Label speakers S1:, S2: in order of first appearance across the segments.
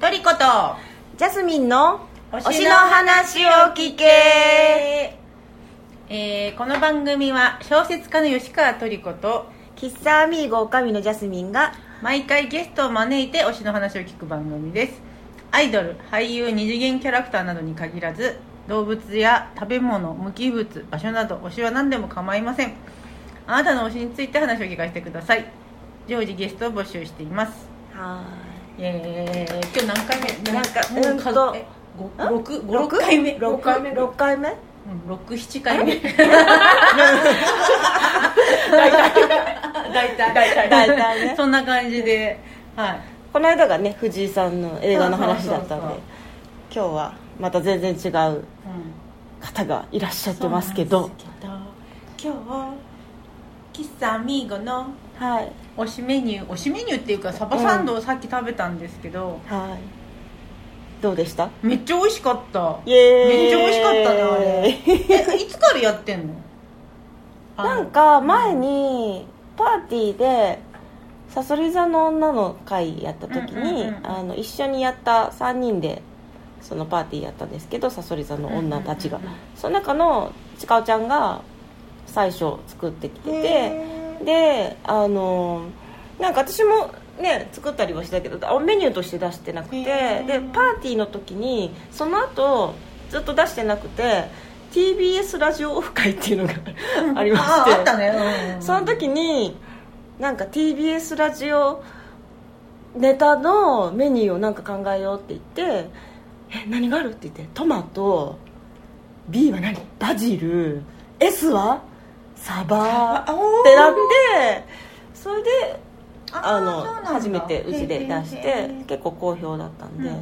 S1: トリコと
S2: ジャスミンの推しの
S1: 話
S2: 話を聞け
S1: えーこの番組は小説家の吉川トリコと
S2: 喫茶アミーゴ女将のジャスミンが
S1: 毎回ゲストを招いて推しの話を聞く番組ですアイドル俳優二次元キャラクターなどに限らず動物や食べ物無機物場所など推しは何でも構いませんあなたの推しについて話を聞かせてください常時ゲストを募集しています
S2: は
S1: イエーイ今日何回目
S2: なんか
S1: もう
S2: うん
S1: 数
S2: と
S1: え
S2: ん
S1: 六五六回目
S2: 6回目6回目
S1: 六七回目大体大体
S2: 大体ね
S1: そんな感じではい
S2: この間がね藤井さんの映画の話だった
S1: そうそ
S2: ん
S1: う
S2: で今日はまた全然違う
S1: うん
S2: 方がいらっしゃってますけど
S1: そうなんですけど今日喫茶アミーゴの
S2: はい
S1: 推しメニュー推しメニューっていうかサバサンドをさっき食べたんですけど、
S2: はいどうでした
S1: めっちゃ美味しかった
S2: イエーイ
S1: めっちゃ美味しかったねあれ えいつからやってんのあの
S2: なんか前にパーティーで「さそり座の女」の会やった時に、
S1: うんうんうん
S2: あの一緒にやった3人でそのパーティーやったんですけどさそり座の女たちが、
S1: うんうんうん
S2: その中のちかおちゃんが最初作ってきてて
S1: へ
S2: であのなんか私もね作ったりはしたけどあメニューとして出してなくて
S1: へー
S2: でパーティーの時にその後ずっと出してなくて TBS ラジオオフ会っていうのが
S1: ー
S2: ありまし
S1: あ
S2: て
S1: あったね、うん
S2: その時になんか TBS ラジオネタのメニューをなんか考えようって言って「え何がある?」って言って「トマト B は何バジル S はサバ」
S1: あおー
S2: ってなってそれで
S1: あ
S2: あの初めてうちで出
S1: へ
S2: し
S1: ーへ
S2: て
S1: ー
S2: 結構好評だったん
S1: うん
S2: で
S1: うんうん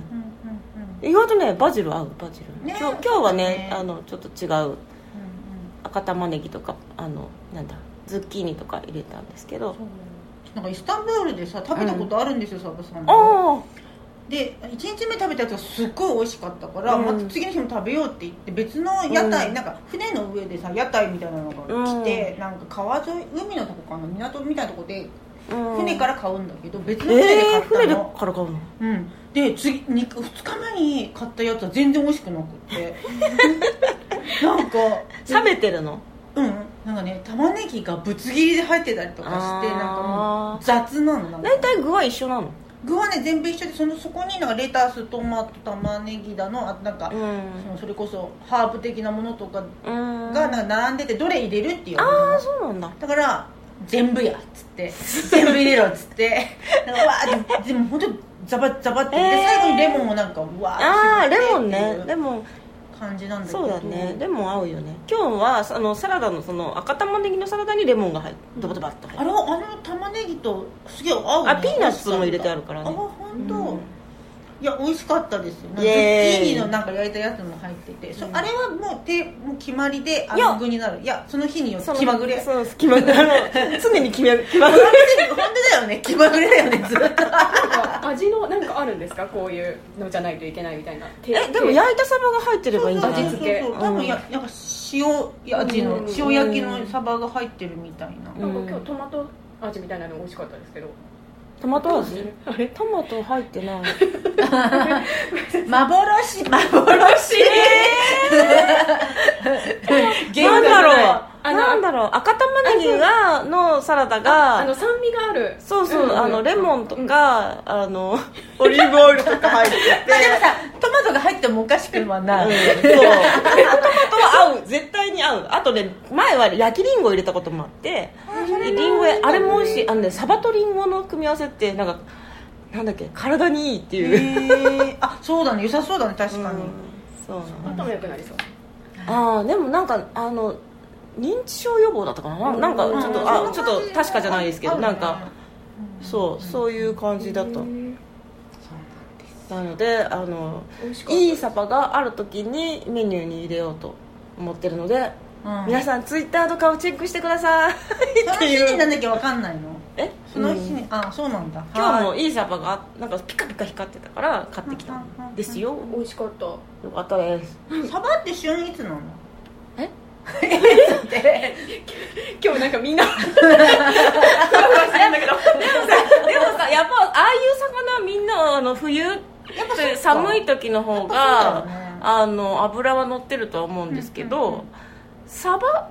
S1: うん
S2: 意外とねバジル合うバジル
S1: ね
S2: 今日今日は
S1: ね
S2: ねあのちょっと違う赤玉ねぎとかあのなんだズッキーニとか入れたんですけど
S1: なんかイスタンブールでさ食べたことあるんですよ、サバさん
S2: あ
S1: で1日目食べたやつがすっごい美味しかったから、
S2: うん
S1: また次の日も食べようって言って別の屋台、
S2: うん
S1: なんか船の上でさ屋台みたいなのが来て、なんか川沿い海のとこかな港みたいなとこで
S2: あ、うん
S1: 船から買うんだけど、別の船で
S2: え
S1: 買
S2: ー、船
S1: った
S2: で
S1: の、
S2: から買うの
S1: うん、で次 2, 日目に買ったやつは全然美味しくなくってなんか
S2: 冷めてるの
S1: うんなんかね玉ねぎがぶつ切りで入ってたりとかしてなんかも
S2: あ
S1: う
S2: ー
S1: 雑なんだ
S2: 大体具は一緒なの
S1: 具はね全部一緒でそのそこになんかレタストマト玉ねぎだのあとなんか、そ
S2: ん
S1: のそれこそハーブ的なものとか
S2: うん
S1: がなんか並んでてどれ入れるっていう
S2: ああそうなんだ
S1: だから全部やっつって全部入れろっつってなんかわーってでも本当にザバッザバって、
S2: え
S1: で
S2: ー
S1: 最後にレモンをなんかわー
S2: ああ
S1: って
S2: レモ
S1: 絞って
S2: ン
S1: ってい
S2: ねレモン
S1: 感じなんだけど
S2: そうだねレモン合うよね今日はあのサラダのその赤玉ねぎのサラダにレモンが入っドバドバっと入
S1: あ
S2: る
S1: れあの玉ねぎとすげえ合うね
S2: あピーナッツも入れてあるからね
S1: あ本当、
S2: うん
S1: いや美味しかったですよなんか
S2: イ
S1: ズ
S2: エーイ
S1: ッキーニのなんか焼いたやつも入ってて、そ
S2: うん
S1: あれはもうてもう決まりであ
S2: いや
S1: の具になるいやその日によって
S2: その
S1: 気まぐれ本
S2: そう気 まぐれあの常に気ま気まぐれ
S1: 当だよね気まぐれだよねずっと
S3: なんか味のなんかあるんですかこういうのじゃないといけないみたいな
S2: えでも焼いたサバが入ってればいいんじゃない
S3: 味付け
S1: そうそうそう多分やなんか塩味の
S3: うん
S1: 塩焼きのサバが入ってるみたいな
S3: なんか今日トマト味みたいなの美味しかったですけど
S2: トマト味トマト入ってない
S1: 幻幻
S2: なんだろう
S3: あの
S2: なんだろう赤玉ねぎがのサラダが
S3: あの酸味がある
S2: そうそう、
S3: んん
S2: あのレモンとか、あのオリーブオイルとか入ってて、
S1: でもさトマトが入ってもおかしくはない、
S2: うん、そうトマトは合う絶対に合うあとね前は焼きりんご入れたこともあってでりんごあれも美味しいあのねサバとりんごの組み合わせってなんかなんだっけ体にいいっていう、
S1: へえあそうだね良さそうだね確かに、
S2: うんそうなの
S3: あとも良くなりそう
S2: ああでもなんかあの認知症予防だったかな、なんかちょっと、
S1: うん
S2: あちょっと確かじゃないですけど、なんか、そうそういう感じだった、
S3: うん
S2: なのであの
S3: 美味しかった
S2: いいサバがある時にメニューに入れようと思ってるので、
S1: うん
S2: 皆さんツイッターとかをチェックしてください
S1: その
S2: っていう
S1: 日になんだっけわかんないの
S2: え
S1: その日に、
S2: うん
S1: あそうなんだ
S2: 今日
S1: は
S2: も
S1: い
S2: いいサバがなんかピカピカ光ってたから買ってきたんですよ
S3: 美味しかった
S2: よかったです
S1: サバって旬いつなの
S2: え
S3: 今日なんかみんなふわふわしてるんだけど
S2: でもさやっぱああいう魚みんなあの冬
S1: やっぱそう
S2: 時の方
S1: やっぱそう
S2: が
S1: だよね
S2: あの油は乗ってるとは思うんですけど、
S1: うんうんうん
S2: サバ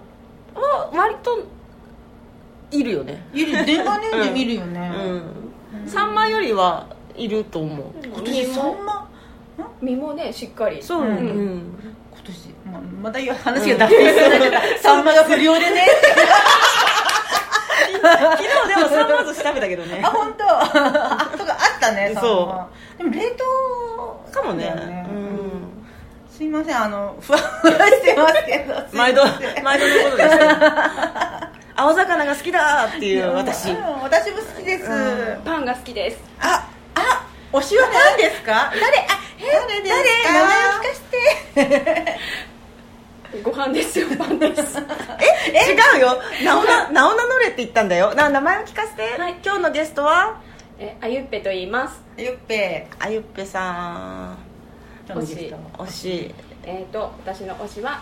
S2: は割といるよね
S1: ゆり電話ねで見るよね、
S2: うん、サンマよりはいると思う
S1: 今
S3: 身
S1: 年そ
S3: も
S1: んな
S3: 身もねしっかり
S2: そう、
S1: う
S2: うんん
S1: 今年ままた話が脱線するんだけどさんまが不良でね
S2: 昨日でもサンマ寿司食べたけど ね
S1: あ本当あとかあったね
S2: そう
S1: うでも冷凍
S2: かもね
S1: だよ
S2: うん
S1: すいませんあのふわふわしてますけど すいません
S2: 毎度毎度のことですけど青魚が好きだっていう私
S1: うん私も好きです、
S2: うん
S3: パンが好きです
S1: ああ推しは何ですか誰あ誰ですか名前
S2: 誰
S1: を聞かせて
S3: ご飯 ですよパンです
S2: 違うよナオナナオナノレって言ったんだよな名前を聞かせて、
S3: はい
S2: 今日のゲストは
S3: えあゆっぺと言います
S1: ゆっぺ
S2: あゆっぺさ
S1: 今日のゲスト
S2: ん推し
S3: えっ、と私の推しは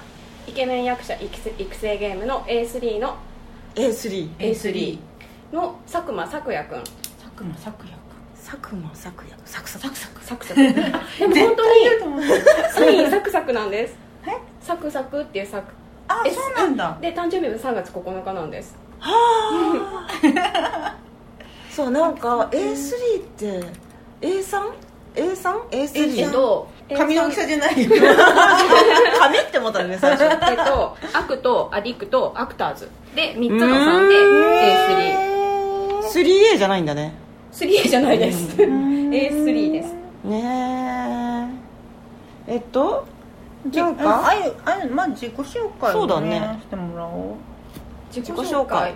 S3: イケメン役者育成育成ゲームの A3 の
S2: A3
S1: A3
S3: の佐久間咲也くん
S1: 佐久間咲也
S2: 佐久間咲也サクサクサクサク
S3: サクサク でも本当にサインサクサクなんです
S1: え
S3: サクサクっていうサク
S1: あ
S3: え
S1: そうなんだ
S3: で誕生日は3月9日なんです
S2: はあ そうなんか A3 って A3?A3?A3?
S1: え
S3: えっと
S1: 髪の大きさ
S3: で
S1: じゃないよ
S2: 紙って思ったのね最初
S3: えっとアクとアディクとアクターズで3つの3で A3
S2: 3A じゃないんだね
S3: 3A じゃないです A3 です
S2: ねええっと
S1: じゃ
S2: なん
S1: あ
S2: か
S1: あゆあゆまあ自己紹介
S2: そ
S1: を
S2: うだね
S1: してもらおう
S3: 自己
S2: 紹介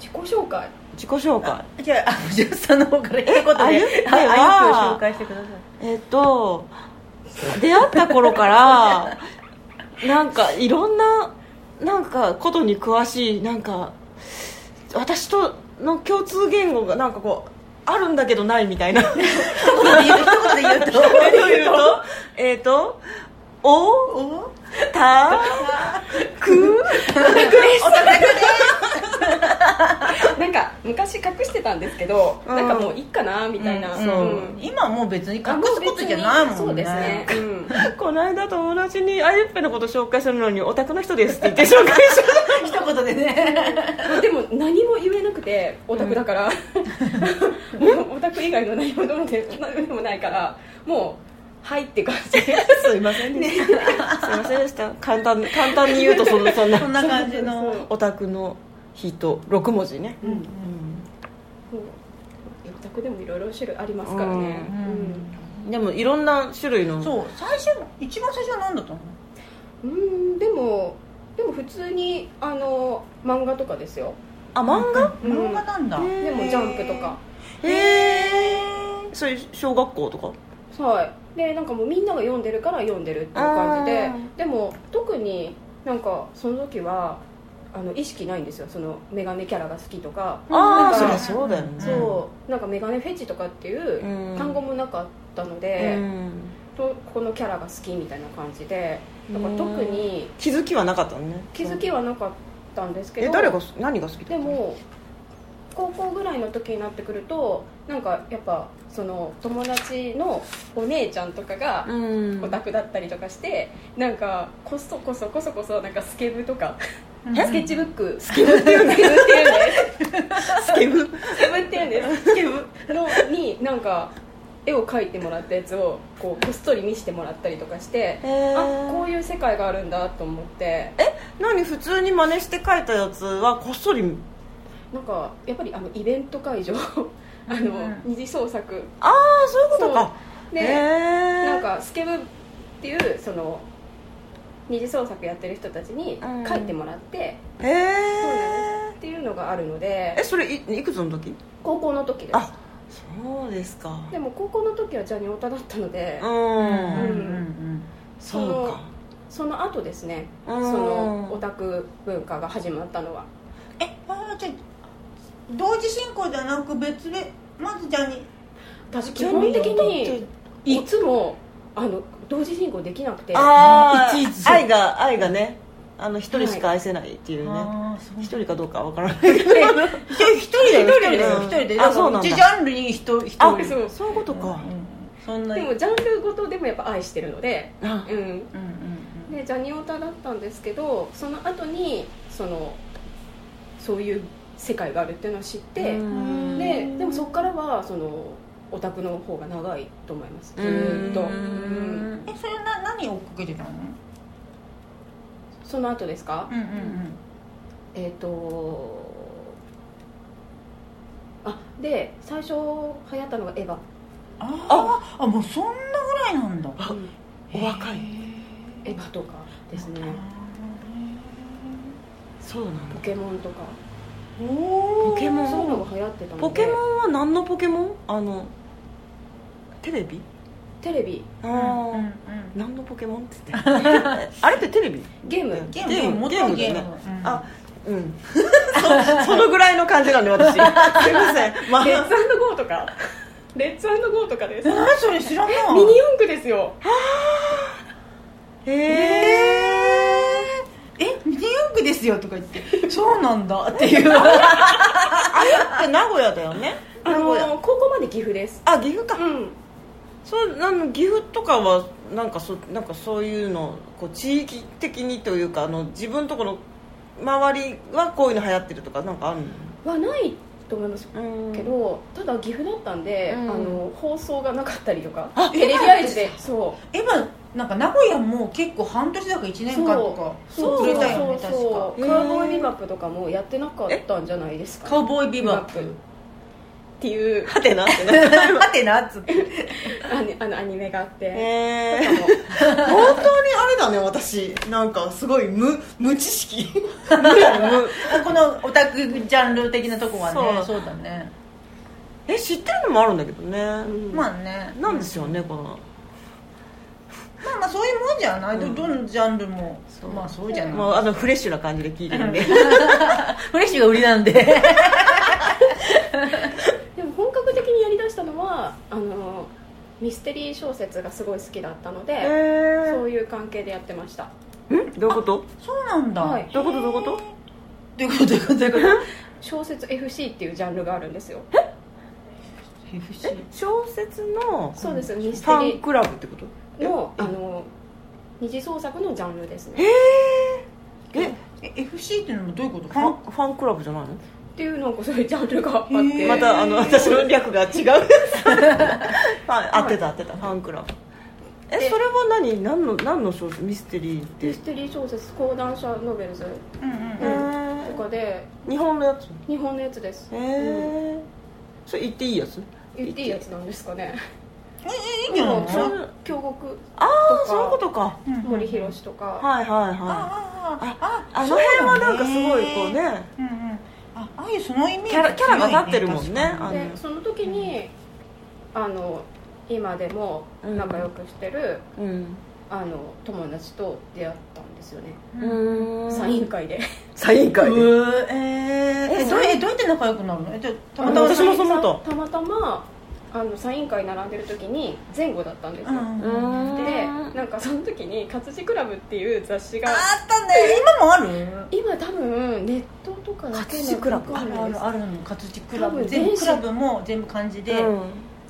S3: 自己紹介
S2: 自己紹介
S1: じゃああ藤原さんの方から一言で
S2: あゆっぺは
S1: あゆっぺを紹介してください
S2: えっと出会った頃からなんかいろんななんかことに詳しいなんか私との共通言語がなんかこうあるんだけどないみたいな
S1: 一言で言う一言で言うと
S2: 言うと えっとお
S1: お
S2: たく
S3: なんか昔隠してたんですけど、
S2: うん
S3: なんかもういっかなみたいな、
S1: う
S2: そうん
S1: 今はもう別に隠すことじゃないもんね
S3: そうです ね、うん、
S2: この間友達にあゆっぺのこと紹介するのにオタクの人ですって言って紹介し
S1: 一言でね
S3: でも何も言えなくてオタクだから、オタク以外の内容どうで何でもないからもう「はい」って感じで
S2: たすいませんでした、すいませんでした簡単簡単に言うと そんなそんな
S1: こんな感じの
S3: そう
S2: オタクの人6文字ね、
S3: うんオタクでもいろいろ種類ありますからね、
S1: う
S3: うんん
S2: でもいろんな種類の
S1: そう最初一番最初は何だったの
S3: うんでもでも普通にあの漫画とかですよ
S2: あ漫画
S3: う
S1: 漫
S3: ん
S1: 画なんだ
S2: うん
S3: でもジャンプとか
S2: へえそういう小学校とか
S3: はいでなんかもうみんなが読んでるから読んでるっていう感じ
S2: あ
S3: で
S2: ー
S3: でも特になんかその時はあの意識ないんですよそのメガネキャラが好きとか、
S2: ああそ
S3: そ
S2: り
S3: り
S2: ゃ
S3: ゃ
S2: そうだよ
S1: ん
S2: ね
S3: そうなんかメガネフェチとかっていう
S2: うん
S3: 単語もなかったので、とこのキャラが好きみたいな感じでだから特に
S2: 気づきはなかったのね
S3: 気づきはなかったんですけど
S2: え誰が何が好きだった
S3: で
S2: の
S3: も高校ぐらいの時になってくるとなんかやっぱその友達のお姉ちゃんとかが
S2: うん
S3: オタクだったりとかしてなんかこそこそこそこそなんかスケブとかスケッチブック スケブっていうんです
S2: スケブ
S3: スケブっていうんですスケブのになんか絵を描いてもらったやつをこうこっそり見せてもらったりとかしてあこう
S2: いう
S3: いう世界があるんだと思って
S2: 何普通に真似して描いたやつはこっそり
S3: なんかやっぱりあのイベント会場 あの、
S1: うん
S3: 二次創作
S2: ああそういうことか
S3: で、
S2: へえ
S3: なんかスケブっていうその二次創作やってる人たちに
S2: うん
S3: 書いてもらって、
S2: へ
S3: そうなん
S2: え
S3: ですっていうのがあるの
S2: え
S3: で
S2: それいいくつの時
S3: 高校の時です
S2: あそうですか
S3: でも高校の時はジャニオタだったので、
S1: うん
S2: うん
S1: うん
S3: そ
S2: そう
S3: の
S2: か
S3: その後ですね、
S2: うん
S3: そのオタク文化が始まったのは
S1: えあじゃあ同時進行ではなく別でまずじゃあに
S3: 私基本的に
S2: い
S3: いつもあの同時進行できなくて
S2: ああ
S1: いちいち
S2: 愛が愛がねあの一人しか愛せないっていうね
S1: あーそう
S2: 一人かどうかわからないけど
S1: 一人一人だよ一人だよ
S2: うん
S1: 一人で
S2: あそうなんだ
S1: 一ジャンルに一人一人
S2: あ
S3: そう
S2: そういうことか
S1: うんそんな
S3: でもジャンルごとでもやっぱ愛してるので、
S2: あ
S3: うん、
S1: うんうんうん
S3: でジャニオタだったんですけどその後にそのそういう世界があるっていうのを知って、
S2: うん
S3: ででもそこからはそのオタクの方が長いと思いますず
S2: うん
S3: ーっと、
S2: う
S3: うん
S2: ん
S1: えそれな何を追っかけてたの
S3: その後ですか、
S1: うんうん
S3: えっ、とあで最初流行ったのがエヴァ、
S1: あああもうそんなぐらいなんだ
S2: あお若い
S3: エヴァとかですね
S2: そうなんだ
S3: ポケモンとか
S1: お
S2: ポケモン
S3: そういうのが流行ってたので
S2: ポケモンは何のポケモンあのテレビ
S3: テレビ
S2: ああ、
S1: うんうん
S2: 何のポケモンって言って あれってテレビ
S3: ゲーム、
S1: ゲームゲーム元はゲーム
S2: ゲーム
S1: うん
S2: あうんそ そのぐらいの感じなんで私すいません、まあ、
S3: レッツゴー とかレッツゴーとかです
S1: え何それ知らんない
S3: ミニ四駆ですよ
S2: へえ
S1: えミニ四駆ですよとか言ってそうなんだっていう
S2: あれって名古屋だよね
S3: あ
S2: 名
S3: の
S2: 古
S3: ー
S2: 屋
S3: 高校まで岐阜です
S2: あ岐阜
S3: う
S2: か、
S3: ん
S2: そうあの岐阜とかはなんかそなんかそういうのこう地域的にというかあの自分のところ周りはこういうの流行ってるとかなんかある
S3: はないと思います
S2: の
S3: けど、ただ岐阜だったんで、
S2: うん
S3: あの放送がなかったりとか
S2: あ
S3: テレビ愛知でそ
S1: エヴァなんか名古屋も結構半年だか1年間とか
S3: う
S1: そう
S3: そう
S1: れ
S3: そう
S1: たよね
S3: そう
S1: 確か
S3: そうカウボーイビバップとかもやってなかったんじゃないですか
S1: カウボーイビバ ップ
S3: っていう
S2: はてなってね
S1: はてなっつって
S3: あのあのアニメがあって、
S2: えー
S3: とかも
S2: 本当にあれだね私なんかすごい無無知識無だ無
S1: あこのオタクジャンル的なとこはね
S2: そ
S1: そうだね
S2: え知ってるのもあるんだけどね、
S3: うん
S1: まあね
S2: なんですよねこの
S1: まあまあそういうもんじゃないど
S2: うん
S1: どのジャンルも
S2: そう
S1: まあそうじゃ
S2: もう
S1: ない
S2: あのフレッシュな感じで聞いてるんで
S1: フレッシュが売りなんで
S3: でも本格的にやりだしたのはあのミステリー小説がすごい好きだったので、
S2: え
S3: そう
S2: ー
S3: いう関係でやってました
S2: んどういうこと
S1: そうなんだ
S3: はい
S2: どういうことどういうこと
S1: ということでございます
S3: 小説 FC っていうジャンルがあるんですよ
S1: FC
S2: 小説の
S3: そうですミス
S2: ファン
S3: テ
S2: クラブってこと
S3: リーのあの二次創作のジャンルですね
S2: え
S1: え FC っていうのもどういうこと
S2: ファンファンクラブじゃないの
S3: っていうなんかそういうジャンルがあって、
S1: へー
S2: またあの私の略が違うファン合ってた合ってたファンクラブえ
S3: で
S2: それは何何の何の小説ミステリーって
S3: ミステリー小説講談社ノベルズ
S1: うんうん
S3: う
S1: うん
S3: ん
S2: へ
S3: と
S2: ー
S3: かで
S2: 日本のやつ
S3: 日本のやつです、
S2: へ
S3: うん
S2: え、それ言っていいやつ
S3: 言っていいやつなんですかね
S1: いいんじゃない
S3: うん
S1: の
S3: そ
S2: そうう
S3: 京極
S2: ああそういうことと
S3: か
S2: か
S1: うんうん
S3: 森博とか、
S2: はいはいは
S1: あ
S2: あ
S1: あ
S2: い
S1: あ
S2: あの辺はなんかすごいこうね
S1: うんうんあああいうそのイメージ
S2: キャラキャラが立ってるもん
S1: 強
S2: ね
S1: い確かに
S2: あ
S3: でその時にあの今でも仲良くしてる、
S2: うん
S3: あの友達と出会ったんですよね、
S2: うん
S3: サイン会で
S2: サイン会で
S1: うーえーえ
S2: え
S1: どうえどうやって仲良くなるのえじゃあたまたま
S2: あ私もそう思った
S3: たまたまあのサイン会並んでる時に前後だったんですよ、
S1: うん
S2: うん
S3: でなんかその時に「活字クラブ」っていう雑誌
S1: あ
S3: が
S1: ったね今もある
S3: 今多分ネットとかだけ
S2: 活字クラブ
S3: わ
S1: あ
S3: かん
S1: る
S3: な
S1: あ
S3: いです
S1: るあるの活字クラ
S3: 多
S1: ブ
S3: 分
S1: 全部
S3: 電
S1: ク
S3: 子
S1: ラブも全部漢字で、
S2: うん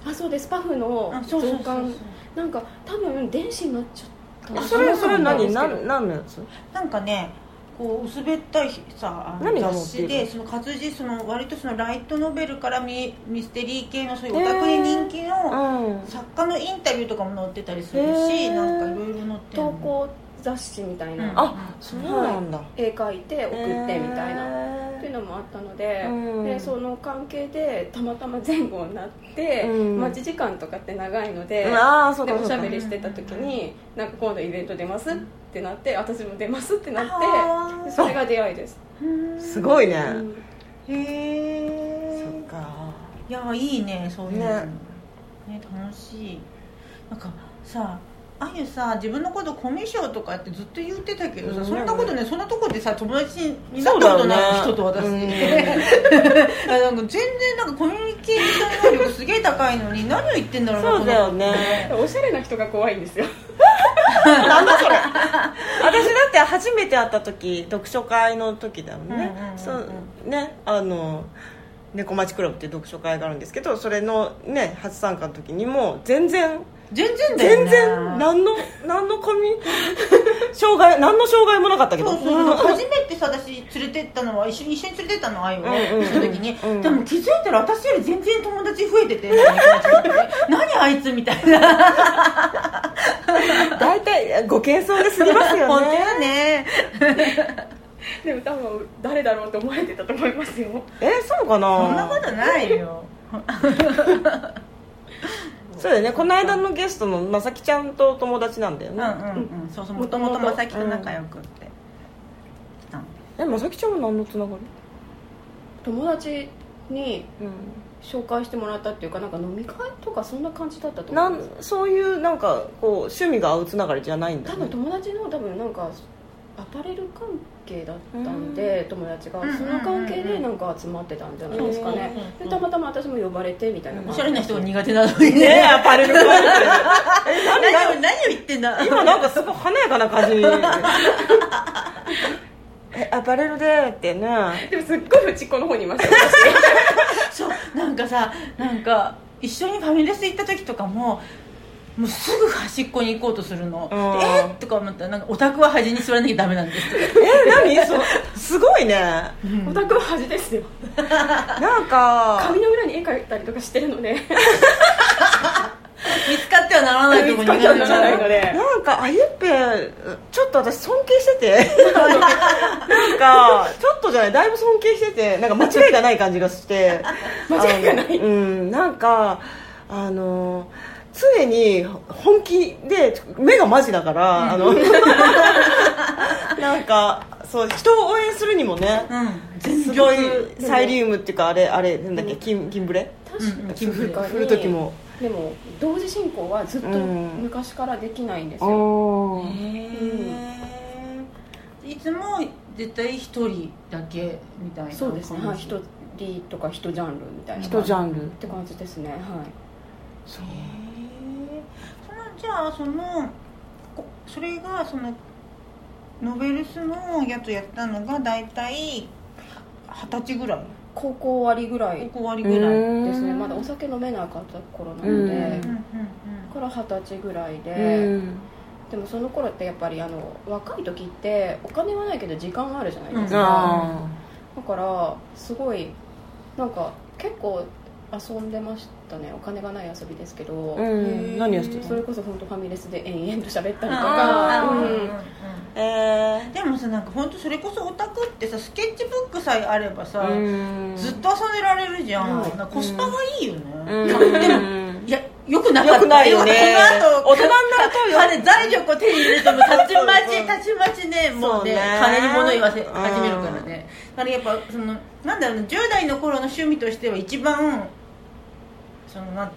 S3: あそうですパフの
S1: あそうそう
S3: 増
S1: そうそう
S3: 刊なんか多分電子になっちゃった
S2: え
S1: あ
S2: それそれ何
S3: なんです
S2: 何
S3: けど
S2: 何のやつ
S1: なんかねこう滑ったひさあの
S2: 何が
S1: 雑
S2: 載っ
S1: 誌
S2: てる
S1: でその活字その割とそのライトノベルからミミステリー系のそういうオタクに人気
S2: う
S1: の
S2: ん
S1: 作家のインタビューとかも載ってたりするし、
S2: へー
S1: なんかいろいろ載ってる
S3: 投稿雑誌みたいな、
S1: うん
S2: あそうなんだ
S3: 絵描いて送ってみたいな、っていう
S2: な
S3: のもあったので,、
S2: うん
S3: でその関係でたまたま前後になって、
S2: うん
S3: 待ち時間とかって長いので、
S2: ああそう
S3: で
S2: か
S3: お
S2: そう
S3: しゃ
S2: か
S3: べりしてた時に「なんか今度イベント出ます?」ってなって私も出ますってなっ
S1: あ
S3: て
S1: ー
S3: それが出会いです、
S2: す
S1: い
S2: ごいね
S3: うん
S1: へえ
S2: そっか
S1: いやいいねそういうの
S2: ね
S1: ね楽しいなんかさあゆさ自分のことコミュ障とかってずっと言ってたけどさ、
S2: うん
S1: そんなことねそんなとこでさ友達になったことない人と私、
S2: そうだよね
S1: ね、なんか全然なんかコミュニケーション能力すげえ高いのに何を言ってんだ ろうな
S2: そうだよ
S1: この
S2: ね
S3: おしゃれな人が怖いんですよ
S2: なんだそれ私だって初めて会った時読書会の時だよね、
S1: うんうんうんうん
S2: そうねあの猫町クラブっていう読書会があるんですけどそれのね初参加の時にも全然
S1: 全然だよ
S2: 全
S1: ね
S2: 然何の何の紙 障害何の障害もなかったけど
S1: そうそうそう初めてさ私連れてったのは一緒に一緒に連れてったのあゆをね
S2: うんうんうん
S1: した時に、
S2: うん
S1: でも気づいたら私より全然友達増えてて何あいつみたいな
S2: 大体ご謙遜で過ぎますよ
S1: 本当
S2: ね
S1: やね
S3: でも多分誰だろうと思われてたと思いますよ
S2: えそうかな
S1: そんなことないよ
S2: そうだよねこの間のゲストのまさきちゃんと友達なんだよ
S1: うんう
S2: ね、
S1: んうんそうそうもともとまさきと仲良くって、うん
S2: えまさきちゃんは何のつなが
S3: 友達に
S2: り、
S3: 紹介してもらったっていうかなんか飲み会とかそんな感じだったと
S2: な
S3: 思うん
S2: んそういうなんかこう趣味が合うつながりじゃないんだ
S3: 多
S2: よ
S3: 分
S2: ね
S3: 友達の多分なんかアパレル関係だったんで友達が
S1: うんうんうん
S3: その関係でなんか集まってたんじゃないですかね
S2: うんうんうん
S3: でたまたま私も呼ばれてみたいな
S2: うん
S1: お
S3: 感
S1: し
S3: じ
S1: ゃれな人が苦手なのに
S2: ねえ
S1: ね
S2: アパレル 関係
S1: 何を何を言ってんだ
S2: 今なんかすごい華やかな感じ えアパレルでってね
S3: でもすっごいちっこの 方にいましたよ私
S1: そうなんかさなんか一緒にファミレス行った時とかももうすぐ端っこに行こうとするの、
S2: うん
S1: でえっとか思ったらなんかオタクは端に座らなきゃダメなんですとか
S2: え何そすごいね
S3: オタクは恥ですよ
S2: なんか
S3: 紙の裏に絵描いたりとかしてるので
S1: 見つかってはならないとこ
S3: 見
S1: に
S3: つかってはならないので
S2: なんかあゆっぺちょっと私尊敬してて なんかちょっとじゃないだいぶ尊敬しててなんか間違いがない感じがして
S3: 間違いがない
S2: あのうんなんかあの常に本気で目がマジだから、 あのなんかそう人を応援するにもね、
S1: うん
S2: す
S1: 全
S2: ごい
S1: 力
S2: サイリウムっていうかあれあれなんだっけ金金ブレ
S3: 確かに
S1: うん
S3: 確かに
S2: 振る時も
S3: でも同時進行はずっと
S2: うん
S3: 昔からできないんですよ
S2: お
S1: へーいつも絶対一人だけみたいな
S3: そうですねは
S1: 感
S3: い
S1: じ
S3: 一人とか一ジャンルみたいな
S2: 人ジ
S3: ンル
S2: ャンル
S3: って感じですねはい
S2: そう
S1: へえそのじゃあそのこそれがそのノベルスのやつやったのが大体二十歳ぐらい
S3: 高校終わりぐらい
S1: 高校終わりぐらい、うん
S3: ですねまだお酒飲めなかった頃なの
S2: う
S3: で
S2: ん
S3: だから二十歳ぐらい
S2: うん
S3: ででもその頃ってやっぱりあの若い時ってお金はないけど時間はあるじゃないですか
S2: あ
S3: だからすごいなんか結構遊んでましたねお金がない遊びですけど
S2: ーうん何をしてた
S3: それこそ本当ファミレスで延々と喋ったりと
S1: あ
S3: か
S1: ー
S3: うん
S2: ええ
S1: でもさなんか本当それこそオタクってさスケッチブックさえあればさ、
S2: うん
S1: ずっと遊んでられるじゃん、
S3: うん
S1: なんかコスパがいいよね、
S2: うん
S1: でもいやよくなかった
S2: よくないよね
S1: よ
S2: 大
S1: く
S2: 人になるとよ
S1: あれ財力を手に入れてもたちま
S2: そう
S1: ち
S2: そう
S1: たちまちねもうね
S2: そうね
S1: 金に物言わせ
S2: うん
S1: 始めるからねだからやっぱそのなんだろうな10代の頃の趣味としては一番そのなん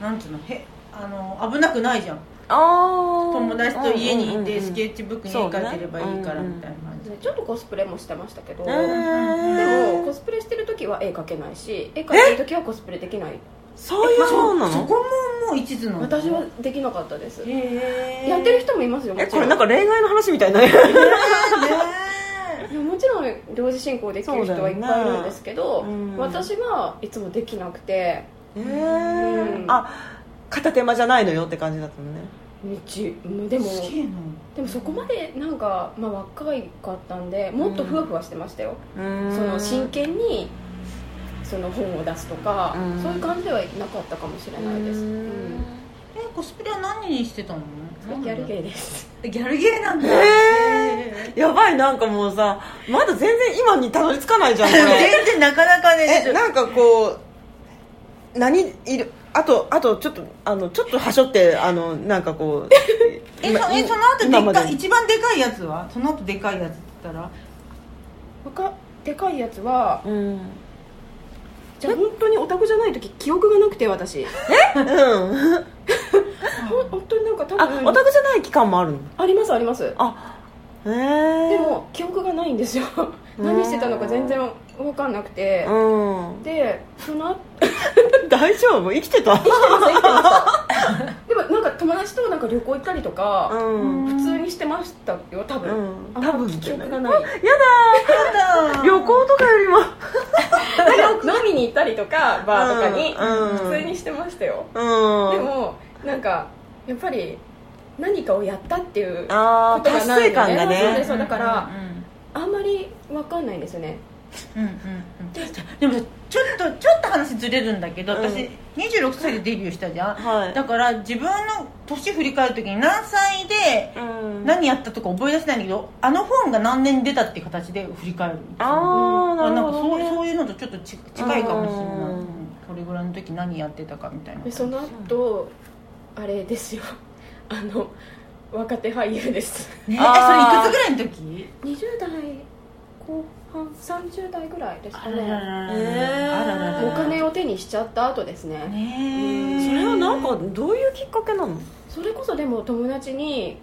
S1: なんつうのへあの危なくないじゃん
S2: あー
S1: 友達と家にいてスケ
S2: ー
S1: ッチブックに絵描いてればいいからみたいな感じ
S3: ちょっとコスプレもしてましたけどで
S2: え
S3: もコスプレしてる時は絵描けないし絵描いてる時はコスプレできない
S2: そういうもんな
S1: そ
S2: の
S1: こももう一途なの
S3: 私はできなかったです
S1: へー
S3: やってる人もいますよも
S2: え
S3: ち
S2: こ
S3: ろ
S2: れ
S3: ん
S2: なんか恋愛の話みたいな
S1: ね
S3: いやもちろん同時進行できる人はいっぱいいるんですけど、
S2: そうだよねうん
S3: 私はいつもできなくて
S2: えー
S3: うん
S2: あ片手間じゃないのよって感じだったのね
S3: 日でも
S1: すげえな
S3: でもそこまでなんか、まあ、若いかったんでもっとふわふわしてましたよ、
S2: うん
S3: その真剣にその本を出すとか、
S2: うん
S3: そういう感じではなかったかもしれないです、うん
S1: えコスプレは何にしてたの
S3: ギャルゲーです
S1: ギャルゲーなんだ
S2: えーやばいなんかもうさまだ全然今にたどり着かないじゃんこれ
S1: 全然なかなかね
S2: えなんかこう何いるあとあとちょっとあのちょっとはしょってあのなんかこう
S1: えそえその
S2: 今
S1: 後
S2: ま
S1: でっか
S2: で
S1: い一番でかいやつはその後でかいやつって言ったら
S3: 他でかいやつは
S2: うん、うん、
S3: じゃあ本当にオタクじゃない時記憶がなくて私ほん本当になんか多
S2: あ
S3: 分
S2: オタクじゃない期間もあるの
S3: ありますあります
S2: あへえ
S3: でも記憶がないん ですよ
S2: うん
S3: 何してたのか全然分かんなくて
S2: うん
S3: でそ の後
S2: 大丈夫生きてた
S3: でもなんか友達となんか旅行行ったりと
S2: う
S3: か、
S2: ん、
S3: 普通にしてましたよ多分、
S2: うん
S3: あんま
S2: 多分
S3: 記憶がない
S2: やだ
S1: やだ
S2: 旅行とか
S3: に行ったりとかバーとかに
S2: うん
S3: 普通にしてましたよ、
S2: うん
S3: でもなんかやっぱり何かをやったっていう
S2: ああ
S3: こと
S2: 達
S3: がないよね
S2: 成感が
S3: そうで
S2: ね
S3: すそうだから
S1: うん
S3: あんまりわかんないんですよね
S1: うんうんうんでもさちょっとちょっと話ずれるんだけど、
S2: うん
S1: 私26歳でデビューしたじゃん、
S2: はい
S1: だから自分の年振り返る時に何歳で
S2: うん
S1: 何やったとか覚え出せないんだけどあの本が何年出たっていう形で振り返る
S2: ああ
S1: あな
S2: な
S1: んか
S2: るほ
S1: そ
S2: ど
S1: う
S2: ね
S1: そういうのとちょっとち近いかもしれない、
S2: うん
S1: うんこれぐらいの時何やってたかみたいな
S3: でその後あれですよ あの若手俳優です
S1: ねえ
S2: あー
S1: それいくつぐらいの時
S3: 20代後半30代ぐらいですかね
S2: らえー
S1: あららら
S3: お金を手にしちゃった後ですね
S1: ねえ
S2: それはなんかどういうきっかけなの
S3: それこそでも友達に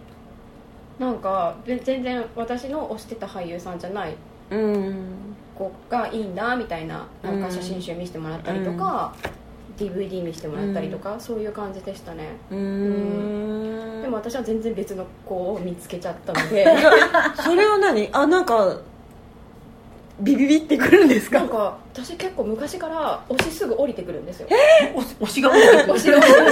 S3: なんかぜ全然私の推してた俳優さんじゃない
S2: うん
S3: 子がいいんだみたいななん
S2: う
S3: か
S2: ん
S3: 写真集見せてもらったりとか、DVD 見せてもらったりとか、そういう感じでしたね
S2: うーん
S3: でも私は全然別の子を見つけちゃったので
S2: それは何あなんかビビビってくるんです
S3: な
S2: か
S3: んか私結構昔から推しすぐ降りてくるんですよ
S1: お推しが多い
S3: 推しが降りてくる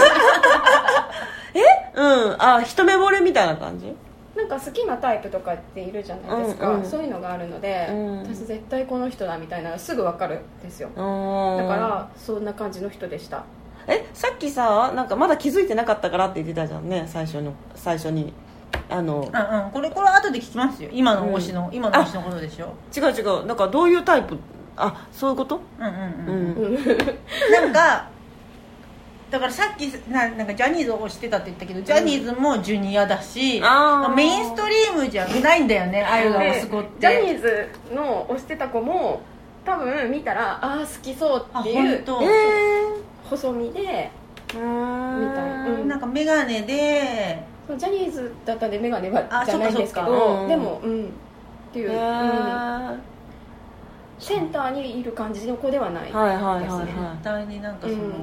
S2: うんあ一目惚れみたいな感じ
S3: なんか好きなタイプとかっているじゃないですか、
S2: うんうん
S3: そういうのがあるので、
S2: うん
S3: 私絶対この人だみたいなのすぐ分かるんですよ
S2: だ
S3: だか
S2: から
S3: そんな感じの人でした
S2: えさっきさなんかまだ気づいてなかったからって言ってたじゃんね最初の最初にあ
S1: うん
S2: の
S1: うんこれこれ後で聞きますよ今の推しの、今の推しのことでしょ
S2: 違う違うなんかどういうタイプあそういうこと
S1: うんうん
S2: う
S1: うん、
S2: ん
S1: なんかだからさっきななんかジャニーズを推してたって言ったけどジャニーズもジュニアだし、
S2: あー
S1: メインストリームじゃないんだよねアイドルが推す子っ
S3: ジャニ
S1: て
S3: ーズの推してた子も多分見たらああ好きそう
S1: あ
S3: ってい
S1: 本
S3: う
S1: 当。
S2: え
S3: 細身で
S2: えー、
S3: みたいな
S1: なんか眼鏡で
S3: そのジャニーズだったんで眼鏡は
S1: あ
S3: じゃないんですけ
S1: そっか
S2: そっかう
S3: ど
S2: ん
S3: でもうんっていう、
S2: え
S3: うん
S2: ー
S3: センターにいる感じの子ではないっ
S2: はいはいはいは
S1: 絶対になんかその、
S3: うん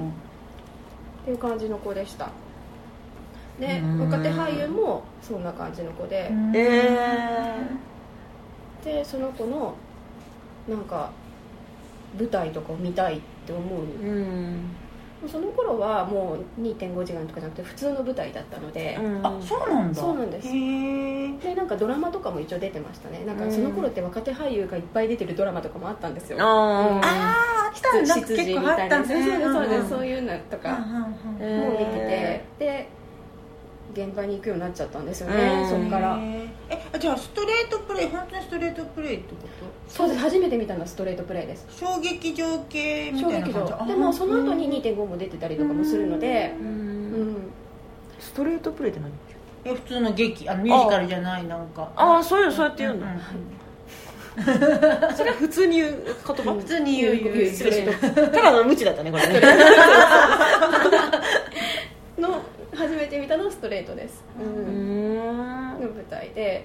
S3: ていう感じの子でしたで
S2: うん
S3: 若手俳優もそんな感じの子で、
S2: いえ
S3: でその子のなんか舞台とかを見たいって思う
S2: ー、うん、
S3: その頃はもう2.5時間とかじゃなくて普通の舞台だったので、
S2: うん、
S1: あそうなんだ
S3: そうなんです
S1: へー
S3: でなんかドラマとかも一応出てましたねなんかその頃って若手俳優がいっぱい出てるドラマとかもあったんですよ、
S2: あー
S1: あああったん
S3: 執
S1: だ
S3: 執事
S1: 結
S3: み
S1: 構あ
S3: た
S1: っ
S3: い
S1: た
S3: なんそうですそうですそう
S1: い
S3: いうのとか
S2: うん
S3: もう見てて、
S2: え
S3: で現場に行くようになっちゃったんですよ
S2: う
S3: ね
S2: ん
S3: そっから
S1: えじゃあストレートプレイ本当にストレートプレイってこと
S3: そうです初めて見たのはストレートプレイです
S1: 衝撃場系み
S3: 衝
S1: たいな
S3: 撃
S1: 感じあ
S3: 場でもその後に2.5も出てたりとかもするので
S2: ーう
S3: うんん
S2: ストレートプレイって何
S1: え普通の劇あのミュージカルじゃないなんか
S2: ああそういうのそうやって
S1: う
S2: 言うんの、
S1: うん
S2: それは普通に言う言葉、
S1: 普通に言う言う
S2: 失礼しましたただの無知だったねこれね
S3: の初めて見たのはストレートです、 う
S2: うんん
S3: の舞台で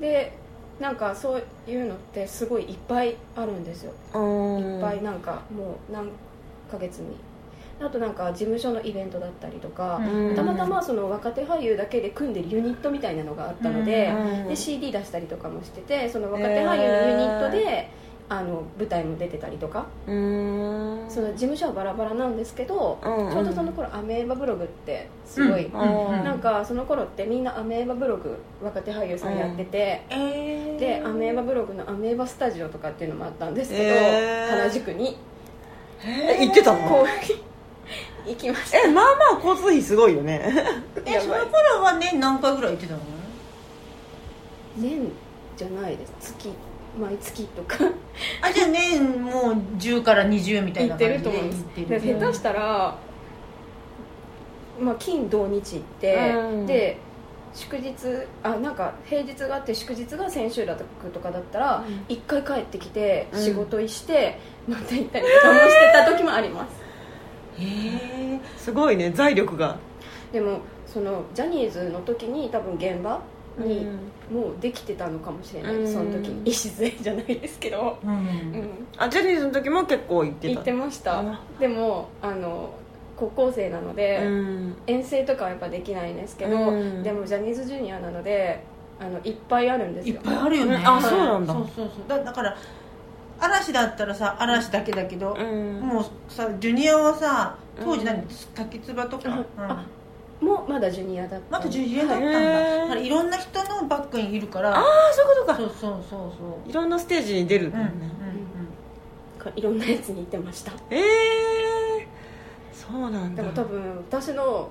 S3: でなんかそういうのってすごいいっぱいあるんですよいっぱいなんかもう何ヶ月にあとなんか事務所のイベントだったりとか、
S1: うん
S3: たまたまその若手俳優だけで組んでるユニットみたいなのがあったので,、
S2: うん
S3: で CD 出したりとかもしててその若手俳優のユニットで、あの舞台も出てたりとか
S2: うん
S3: その事務所はバラバラなんですけど、
S2: うんうん
S3: ちょうどその頃アメーバブログってすごい、
S1: うん
S2: うん
S3: なんかその頃ってみんなアメーバブログ若手俳優さんやってて、
S1: えー
S3: でアメーバブログのアメーバスタジオとかっていうのもあったんですけど、
S2: へー
S3: 原宿に
S2: え行ってたの
S3: こう 行きました
S2: えまあまあ交通費すごいよね
S1: え
S3: や
S1: そ
S3: ば
S1: の
S3: い
S1: 頃はね何回ぐらい行ってたの
S3: 年じゃないです月毎月とか
S1: あじゃあ年もう10から20みたい
S3: 行
S1: な
S3: って
S1: 感
S3: る
S1: じ
S3: と
S1: で
S3: 思うん
S1: 行
S3: で
S1: っ
S3: す
S1: て
S3: で
S1: る
S3: 下手したら、まあ、金土日行って、
S2: うん
S3: で祝日あなんか平日があって祝日が千秋楽とかだったら
S2: うん
S3: 一、回帰ってきて
S2: うん
S3: 仕事して、また行ったりとかもしてた時もあります、
S1: へえ
S2: すごいね財力が
S3: でもそのジャニーズの時に多分現場にもうできてたのかもしれない、
S2: うん
S3: その時に礎じゃないですけど、
S1: うん
S3: うん、
S2: あジャニーズの時も結構行ってた
S3: 行ってました
S2: あ
S3: でもあの高校生なので、
S2: うん
S3: 遠征とかはやっぱできないんですけど、
S2: うん
S3: でもジャニーズジュニアなのであのいっぱいあるんです
S1: いっ
S3: よ
S1: ぱいあるよね
S2: あそうなんだ
S1: そうそうそうだだから嵐だったらさ嵐だけだけど、
S2: うん
S1: もうさジュニアはさ当時何、滝つばとか、
S3: あ
S1: うん
S3: あもうまだジュニアだった
S1: またジュニアだったん
S2: へ
S1: だ
S2: ー
S1: だからいろんな人のバックにいるから
S2: ああそういうことか
S1: そうそうそうそ
S2: いろんなステージに出るん
S1: うう
S2: だ
S1: んう
S2: よ
S1: ん
S2: ね、
S3: かいろんなやつに行ってました
S2: ええそうなん
S3: で
S2: だ
S3: も多分私の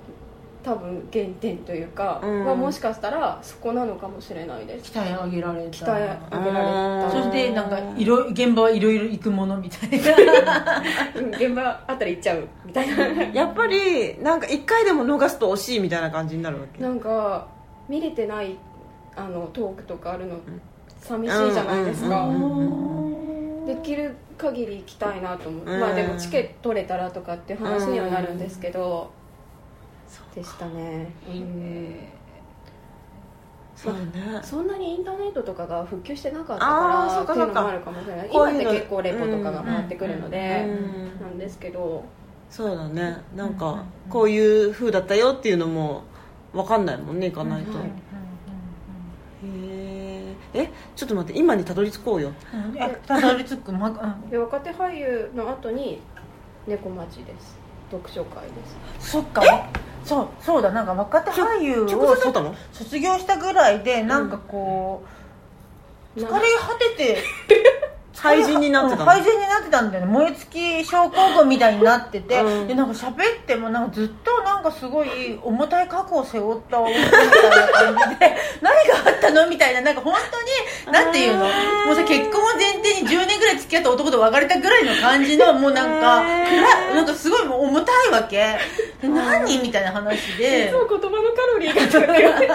S3: 多分原点というか、
S2: うん
S3: はもしかしたらそこなのかもしれないです
S1: 鍛え上げられた
S3: 鍛え上げられ
S2: あ
S3: た
S1: そ
S2: ー
S1: してなんかいろ現場はいろいろ行くものみたいな
S3: うん現場あたり行っちゃうみたいな
S2: やっぱりなんか一回でも逃すと惜しいみたいな感じになるわけ
S3: なんか見れてないあのトークとかあるの寂しいじゃないですか、
S2: うんうん
S3: できる限り行きたいなと思う、
S2: うん
S3: まあでもチケット取れたらとかっていう話にはなるんですけど、でしたね、うん
S2: そうね
S3: そんなにインターネットとかが復旧してなかった
S2: あー
S3: から
S2: そう
S3: っ
S2: かそう
S3: てい
S2: うか
S3: のもあるかもしれない
S2: こうい
S3: 今っ
S2: うの
S3: て結構レポとかが回ってくるので、
S2: うん
S3: なんですけど
S2: そうだねなん
S1: うんうんう
S2: か
S1: ん
S2: こういう風だったよっていうのも分かんないもんね行かないと、
S3: うんはい
S2: へええちょっと待って今にたどり着こうよ
S1: うんあたどり着くまうん
S3: で若手俳優の後に猫町です読書会です
S1: そっかそうそうだなんか若手俳優
S2: 直
S1: を
S2: 接撮ったの
S1: 卒業したぐらいでなんかこう、疲れ果てて
S2: 廃人になってたの
S1: 廃人になってたんだよね燃え尽き症候群みたいになってて、
S2: うん
S1: でなんか喋ってもなんかずっとなんかすごい重たい過去を背負った女みたいな感じで 何があったのみたいななんか本当になんていうのもうさ結婚を前提に10年ぐらい付き合った男と別れたぐらいの感じのもうなんか
S2: へー
S1: 暗いなんかすごいもう重たいわけで何みたいな話で
S3: そう言葉のカロリーが高い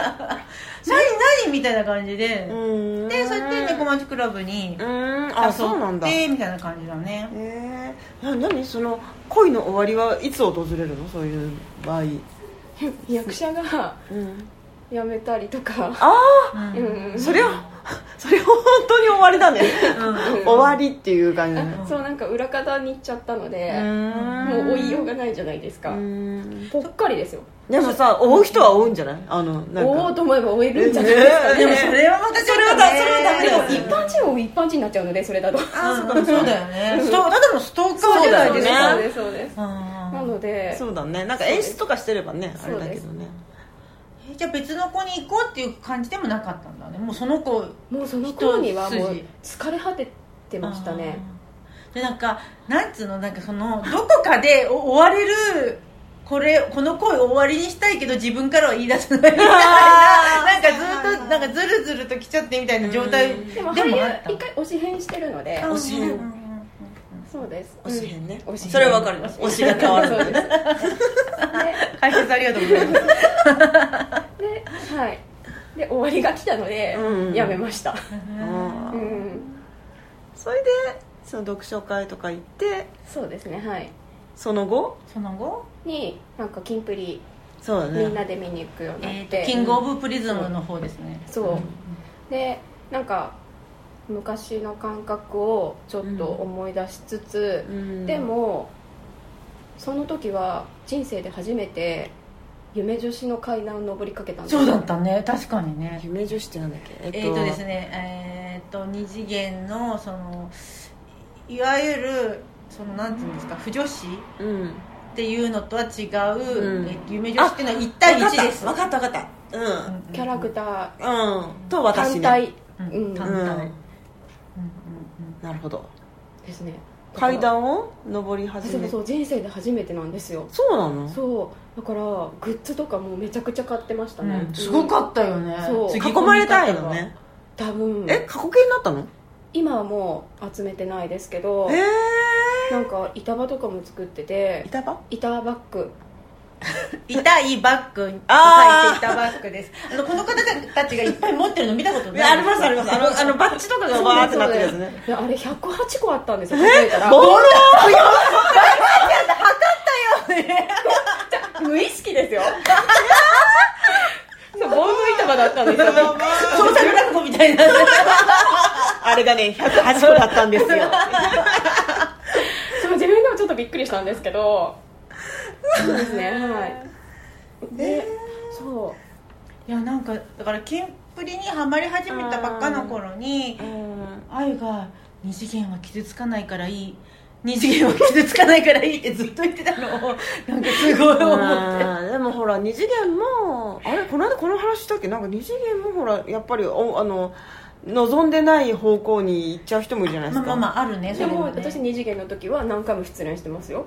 S1: 何何みたいな感じで、
S2: うん
S1: でそれで猫町クラブに
S2: うん
S1: 誘
S2: あ
S1: っ
S2: そうなんだへ
S1: てみたいな感じだね
S2: えな何その恋の終わりはいつ訪れるのそういう場合、
S3: 役者が辞めたりとか
S2: あ
S1: うん
S3: うん
S2: あそれはそれは本当に終わりだね
S1: うん
S2: 終わりっていう感じだね
S3: そうなんか裏方に行っちゃったので、も
S2: も
S3: う追いようがないじゃないですか、ぽっかりですよ
S2: でもさ追う人は追うんじゃないあのなんか
S3: 追おうと思えば追えるんじゃないですか
S2: ね
S1: でもそれはまたちょっとね
S2: それはだそれはダメ
S3: で
S2: だ
S3: も
S2: よ
S3: 一般人を一般人になっちゃうのでそれだと
S1: あそうかそうだよねストただのストーカーじゃないですか
S2: そう
S3: そう
S2: だ
S3: ですそうです
S1: うん
S3: なので
S2: そうだねなんか演出とかしてればねあ
S3: そう
S2: れ
S3: で
S2: だけ
S3: す
S2: どね
S1: えじゃあ別の子に行こうっていう感じでもなかったんだねもうその子
S3: もうその頃には
S1: 一筋
S3: もう疲れ果ててましたね
S1: でなんかなんつうのなんかそのどこかで お終われるこれこの恋を終わりにしたいけど自分からは言い出せないみたい
S2: あ
S1: ななんかずっ
S2: はいはいは
S1: と
S2: い
S1: なんかずるずると来ちゃってみたいな状態
S2: うん
S3: でも
S1: で
S3: 俳
S1: もあった
S3: 優一回推し変してるので
S2: 推し変
S1: うんうんうんうん
S3: そうです
S2: 推し変ね
S3: うん推し
S2: それはわかります推しが変わる
S3: そうですで
S1: 解説ありがとうございます
S3: ではいで終わりが来たので
S2: うんうん
S3: やめました
S2: うん
S3: うん
S2: それでその読書会とか行って
S3: そうですねはい
S2: その後
S1: その後
S3: になんかキンプリ
S2: そうだ
S3: みんな
S2: ね
S3: で見に行くようにな
S1: えー
S3: っ
S1: と
S3: て
S1: キングオブプリズムの方ですね
S3: そうでなんか昔の感覚をちょっと思い出しつつ、
S2: うん
S3: でもその時は人生で初めて夢女子の階段を上りかけたんです
S1: そうだったね確かにね
S2: 夢女子ってなんだっけ
S1: えっ、とですねえっ、と二次元のそのいわゆるそのなんていうんですか不女子
S2: うん
S1: っていうのとは違う、
S2: うん
S1: え夢女子っていうのは1対1です
S2: 分かった分かった分か
S1: う
S2: っ
S1: ん
S3: キャラクタ
S2: たうんうんと
S3: ー
S2: 私
S3: 単
S2: ね
S1: う
S3: 体
S1: ん
S3: うん
S1: 単
S2: う
S1: 体、うんうん
S2: んなるほど
S3: ですね
S2: 階段を上り
S3: だから
S2: 始
S3: そうそ
S2: め
S3: うそう人生で初めてなんですよ
S2: そうなの
S3: そうだからグッズとかもめちゃくちゃ買ってましたね、
S1: うんすごかったよね
S3: そう
S1: つぎ
S2: 囲
S1: 込み方
S2: ま
S1: が
S2: れたいのね
S3: 多分
S2: え過去形になったの
S3: 今はもう集めてないですけど
S2: え
S3: なんか板場とかも作ってて
S2: え板場
S3: 板バッグ
S1: 痛いバッグに
S2: あー
S1: 入っていたバッグですあのこの方たちがいっぱい持ってるの見たこと
S2: い
S1: ない
S2: やありますありますあのあのバッジとかがバーってなってるやつね
S3: いやあれ108個あったんですよ数えたら
S2: ボロ
S3: 無意識ですよ そうボンブ板場だったんですよ
S1: 創作落語み たいな
S2: あれがね108個だったんですよ
S3: そう自分でもちょっとびっくりしたんですけどそうですねはいでそ
S1: いやなんかだからキンプリにハマり始めたばっかの頃に愛が二次元は傷つかないからいい二次元は傷つかないからいいってずっと言ってたのをなんかすごい思って
S2: うんでもほら二次元もあれこの間この話したっけなんか二次元もほらやっぱりおあの望んでない方向に行っちゃう人もいるじゃないで
S1: ますあ
S2: か
S1: まあまああるね
S3: で
S1: それ
S3: も
S1: はね
S3: 私二次元の時は何回も失恋してますよ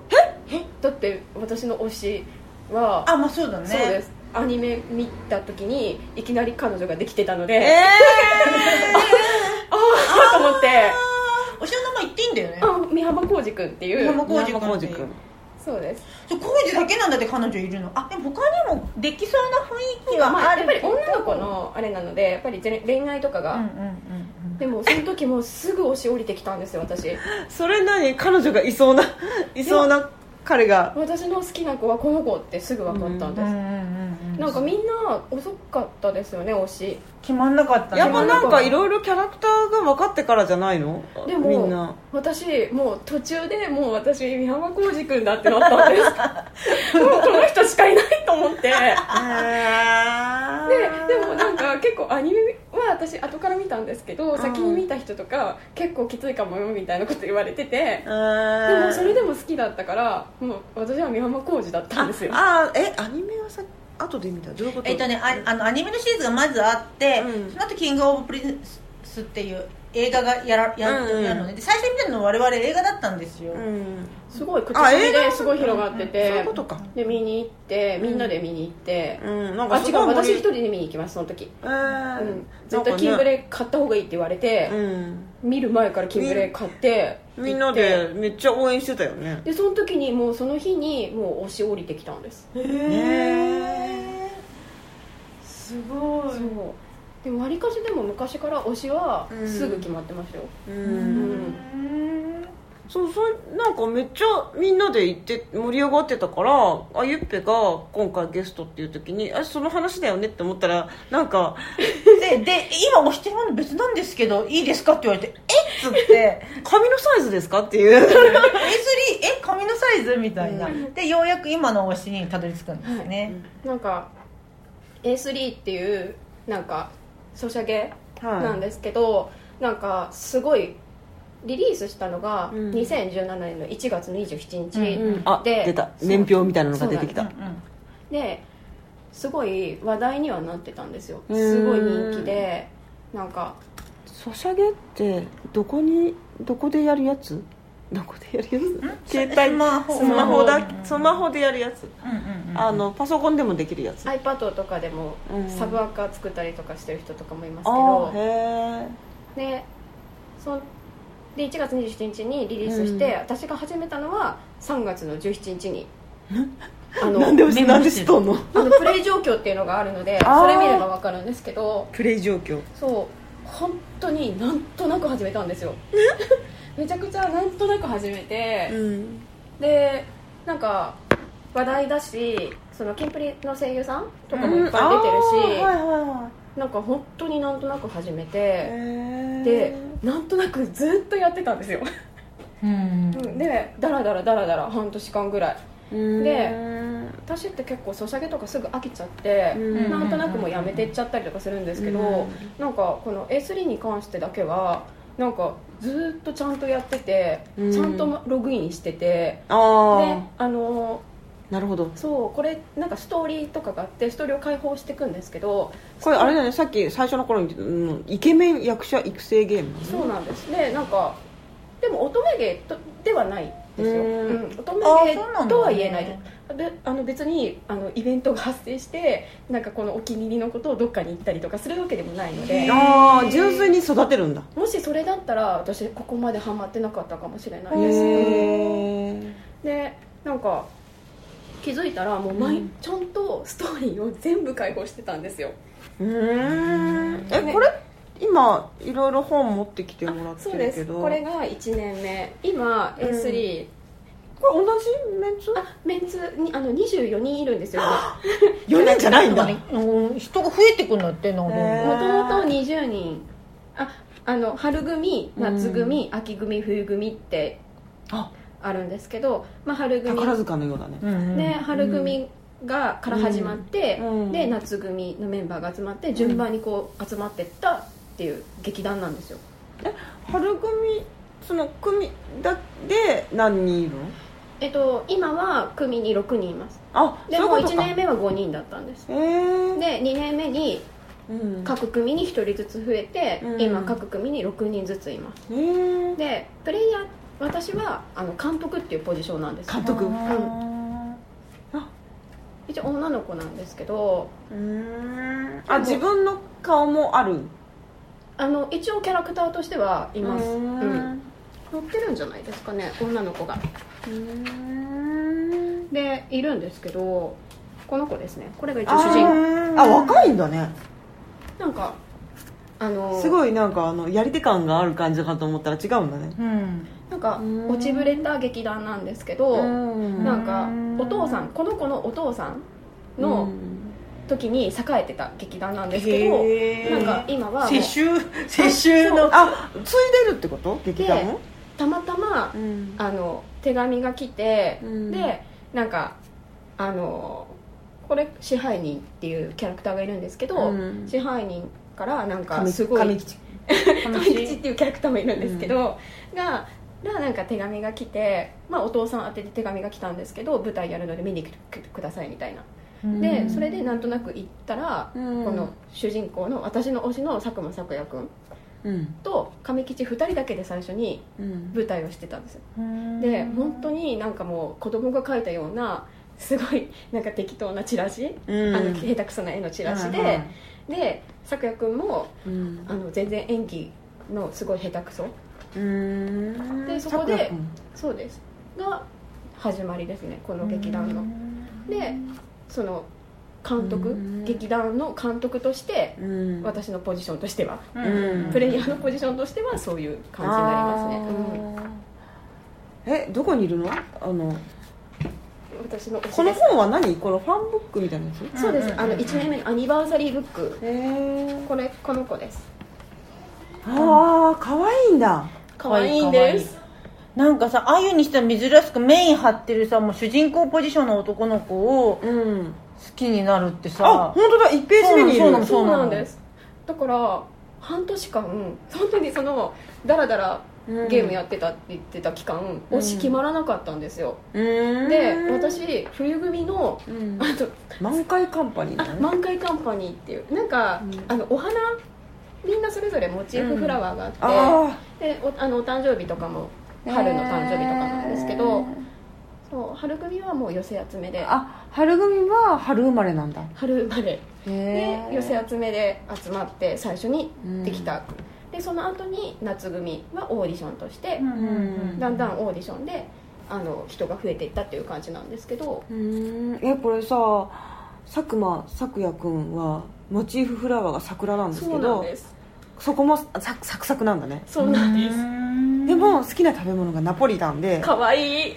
S3: えだって私の推しは
S1: あまあそうだね
S3: そうですアニメ見た時にいきなり彼女ができてたので、
S2: え
S3: あ あと思って
S1: おしの名前言っていいんだよね
S3: あ三浜浩二君ってい
S1: 三
S3: う
S1: 浜
S2: ー、
S1: 浩二君
S2: 宮本浩二君
S3: そうです
S1: そう浩二だけなんだって彼女いるのあでも他にもできそうな雰囲気は
S3: ま
S1: あ
S3: あ、
S1: る
S3: やっぱり
S1: けど
S3: 女の子のあれなのでやっぱり全恋愛とか
S1: うん
S3: が、
S1: うんうん
S3: でもその時もすぐ押し降りてきたんですよ私
S2: それ何彼女がいそうないそうな彼が
S3: 私の好きな子はこの子ってすぐ分かったん
S1: う
S3: で
S1: んうんうん
S3: す、
S1: うん
S3: なんかみんな遅かったですよね推し
S1: 決まんなかったね
S2: やっぱなんかいろいろキャラクターが分かってからじゃないの
S3: でも
S2: みんな
S3: 私もう途中でもう私三浜浩二君だってなったんです もうこの人しかいないと思 ってででもなんか結構アニメは私後から見たんですけど、
S2: ん
S3: 先に見た人とか結構きついかもよみたいなこと言われてて、
S2: で
S3: でもそれでも好きだったからもう私は三浜浩二だったんですよ
S2: ああえアニメはさ後で見たどういうこと
S1: えっとねああのアニメのシリーズがまずあって、
S2: うん
S1: その後キングオブプリンス」っていう映画がやらや
S2: うんうん
S1: やるのねで最初に見たの我々映画だったんですよ、
S2: うん
S3: すごい口
S2: あ
S3: コミ
S2: 映画
S3: ですごい広がって
S2: そう
S3: て、
S2: いうことか
S3: で見に行ってみんなで見に行って、
S2: うんなんか
S3: あ違
S2: す
S3: う
S2: ごい
S3: 私
S2: 盛り
S3: 一人で見に行きますその時、
S2: えー
S3: うん、絶対キンブレ買った方がいいって言われて、
S2: うん
S3: 見る前からキンブレ買って
S2: みんな
S3: 行っ
S2: でめっちゃ応援してたよね
S3: てでその時にもうその日にもう押し降りてきたんです
S1: へ
S2: ね
S1: すご
S3: そうでもわりかしでも昔から推しはすぐ決まってましたよ、
S2: う
S1: うんん
S2: そうそうなんかめっちゃみんなで行って盛り上がってたからあゆっぺが今回ゲストっていう時にあその話だよねって思ったらなんか
S1: でで今押してるもの別なんですけどいいですかって言われて「えっ?」つって
S2: 髪のサイズですかっていう
S1: 「A3 え紙のサイズ?」みたいな、
S3: うん
S1: でようやく今の推しにたどり着くんですね、
S3: なんか A3 っていうなんかソシャゲ
S2: はい
S3: なんですけど、なんかすごいリリースしたのが
S2: うん
S3: 2017年の1月27日、
S1: うんうん
S2: あ
S3: で
S2: 出た
S3: そう
S2: 年表みたいなのが出てき
S1: うん
S2: た
S3: ですごい話題にはなってたんですよ
S2: うん
S3: すごい人気でなんか
S2: ソシャゲってどこにどこでやるやつどこでやるや
S1: ん
S2: つ携帯
S1: スマホ
S2: スマホだ
S1: うん
S2: スマホでやるやつ
S1: うんうんうん
S2: あのパソコンでもできるやつ
S3: iPad とかでも
S2: うん
S3: サブアカ作ったりとかしてる人とかもいますけ
S2: あ
S3: ど
S2: ー、へ
S3: でそで1月27日にリリースして、
S2: うん
S3: 私が始めたのは3月の17 日にあ
S2: え
S3: の
S2: なんで
S1: メモしてる
S2: なんで知っとんの
S3: あのプレイ状況っていうのがあるので
S2: あー
S3: それ見れば分かるんですけど
S2: プレイ状況
S3: そう本当になんとなく始めたんですよ めちゃくちゃなんとなく始めて、
S2: うん
S3: でなんか話題だしそのキンプリの声優さんとかもいっぱい出てる
S2: あー
S3: し、
S2: はいはいはい
S3: なんか本当になんとなく始めて、
S2: へー
S3: でなんとなくずっとやってたんですよ
S1: うん
S3: うんでだらだらだらだら半年間ぐらいう
S2: ーん
S3: 私って結構ソシャゲとかすぐ飽きちゃって、
S2: うん
S3: なんとなくもうやめてっちゃったりとかするんですけど、
S2: うん
S3: なんかこの A3 に関してだけはなんかずっとちゃんとやってて、
S2: うん
S3: ちゃんとログインしてて、で
S2: あ
S3: あの
S2: あなるほど
S3: ーそうこれなんかストーリーとかがあってストーリーを解放していくんですけど
S2: これあれだよねさっき最初の頃に、うん、イケメン役者育成ゲーム
S3: そうなんですでなんかでも乙女芸とではないですよ、
S2: うん
S3: うん乙
S1: あ
S3: 女
S1: ー
S3: 芸
S1: そうなんだ
S3: とは言えないですであの別にあのイベントが発生してなんかこのお気に入りのことをどっかに行ったりとかするわけでもないので
S2: ああ純粋に育てるんだ
S3: もしそれだったら私ここまでハマってなかったかもしれないです
S2: へえ
S3: でなんか気づいたらもう毎、
S2: うん
S3: ちゃんとストーリーを全部解放してたんですよ
S2: うーん
S3: ね
S2: えこれ今いろいろ本持ってきてもらって
S3: そう
S2: る
S3: で
S2: け
S3: す
S2: ど
S3: これが1年目今 A3、
S2: これ同じメンツ
S3: あメンツにあの24人いるんですよ
S2: 4人じゃないんだ
S1: なんかねうん人が増えてくんだってなんかどんどん
S2: へー
S3: もともと20人ああの春組夏組、秋組冬組って
S2: あ
S3: あるんですけど、まあ、春組
S2: 宝塚のようだね
S1: うんうん
S3: で春組がから始まって、
S2: うん
S3: で夏組のメンバーが集まって順番にこう集まってったっていう劇団なんですよ
S2: 春組その組だで何人いるの
S3: えっと今は組に6人います
S2: あ
S3: で
S2: そう
S3: も
S2: いうこと
S3: 1
S2: か
S3: 年目は5人だったんです
S2: えー、
S3: で2年目に
S2: うん、
S3: 各組に1人ずつ増えて、
S2: うん
S3: 今各組に6人ずついます
S2: えー、
S3: でプレイヤー私はあの監督っていうポジションなんです
S2: 監督
S1: あ
S3: 一応女の子なんですけど
S2: うーんあ自分の顔もある
S3: あの一応キャラクターとしてはいます、
S2: う
S3: う
S2: ー
S3: ん
S2: ん
S3: 乗ってるんじゃないですかね女の子が
S2: うーん
S3: でいるんですけどこの子ですねこれが一応
S2: あ
S3: 主人
S2: ーあ若いんだね
S3: なんかあの
S2: すごいなんかあのやり手感がある感じかと思ったら違うんだね
S1: ーうん
S3: なんか
S2: うん
S3: 落ちぶれた劇団なんですけど、
S2: ん
S3: なんかお父さんこの子のお父さんの時に栄えてた劇団なんですけど、
S1: へ
S3: なん
S1: ー
S3: か今はも
S1: 世
S3: う
S1: 襲世襲の
S2: あついでるってこと劇団も
S3: たまたま
S2: うん
S3: あの手紙が来て、
S2: うん
S3: でなんかあのこれ支配人っていうキャラクターがいるんですけど、
S2: うん
S3: 支配人からなんか
S2: 神
S3: すごい
S2: 神吉
S3: 亀吉っていうキャラクターもいるんですけど、ががなんか手紙が来て、まあ、お父さん宛てに手紙が来たんですけど舞台やるので見に来てくださいみたいなでそれでなんとなく行ったら、
S2: うん
S3: この主人公の私の推しの佐久間朔也君
S2: うん
S3: と亀吉2人だけで最初に
S2: うん
S3: 舞台をしてたんですよで本当になんかもう子供が描いたようなすごいなんか適当なチラシ、
S2: うん
S3: あの下手くそな絵のチラシで、で朔也君も
S2: うん
S3: あの全然演技のすごい下手くそ
S2: うん
S3: でそこで
S2: さくら君
S3: そうですが始まりですねこの劇団のでその監督、
S2: うん
S3: 劇団の監督として
S2: うん
S3: 私のポジションとしては、
S2: うん
S3: プレイヤーのポジションとしてはそういう感じになりますね、うん
S2: あーえどこにいるのあの
S3: 私の推しです
S2: この本は何このファンブックみたいなやつへ
S3: そうで
S1: うん
S3: す
S1: うんうん
S3: あの1年目のアニバーサリーブック
S2: え
S3: これこの子です
S2: ああかわいいんだ
S3: 可愛いんです
S1: なんかさああいうにしたら珍しくメイン張ってるさもう主人公ポジションの男の子を好
S2: うん
S1: きになるってさ
S2: あ本当だ1ページ目にいる
S1: そうなの
S3: そうな
S1: そ
S3: ん
S1: うなの
S3: ですだから半年間本当にそのダラダラ
S2: うん
S3: ゲームやってたって言ってた期間
S2: うん
S3: 推し決まらなかったんですよ、
S2: うん
S3: で私冬組の
S2: うん
S3: あと
S2: 満開カンパニー
S3: あ
S2: だね
S3: 満開カンパニーっていうなんか、
S2: うん
S3: あのお花みんなそれぞれモチーフフラワーがあって、
S2: あ
S3: でおあのお誕生日とかも春の誕生日とかなんですけど、そう春組はもう寄せ集めで
S2: ああ春組は春生まれなんだ
S3: 春生まれで
S2: へえ
S3: 寄せ集めで集まって最初にでき
S2: うん
S3: た、でその後に夏組はオーディションとして、
S2: うん
S3: だんだんオーディションであの人が増えていったっていう感じなんですけど
S2: うんえこれさ佐久間朔也君はモチーフフラワーが桜なんですけ
S3: そう
S2: ど
S3: なんです
S2: そこもサクサクサクなんだね
S3: そうなんで
S2: で
S3: す、
S2: も好きな食べ物がナポリタンで
S3: かわいい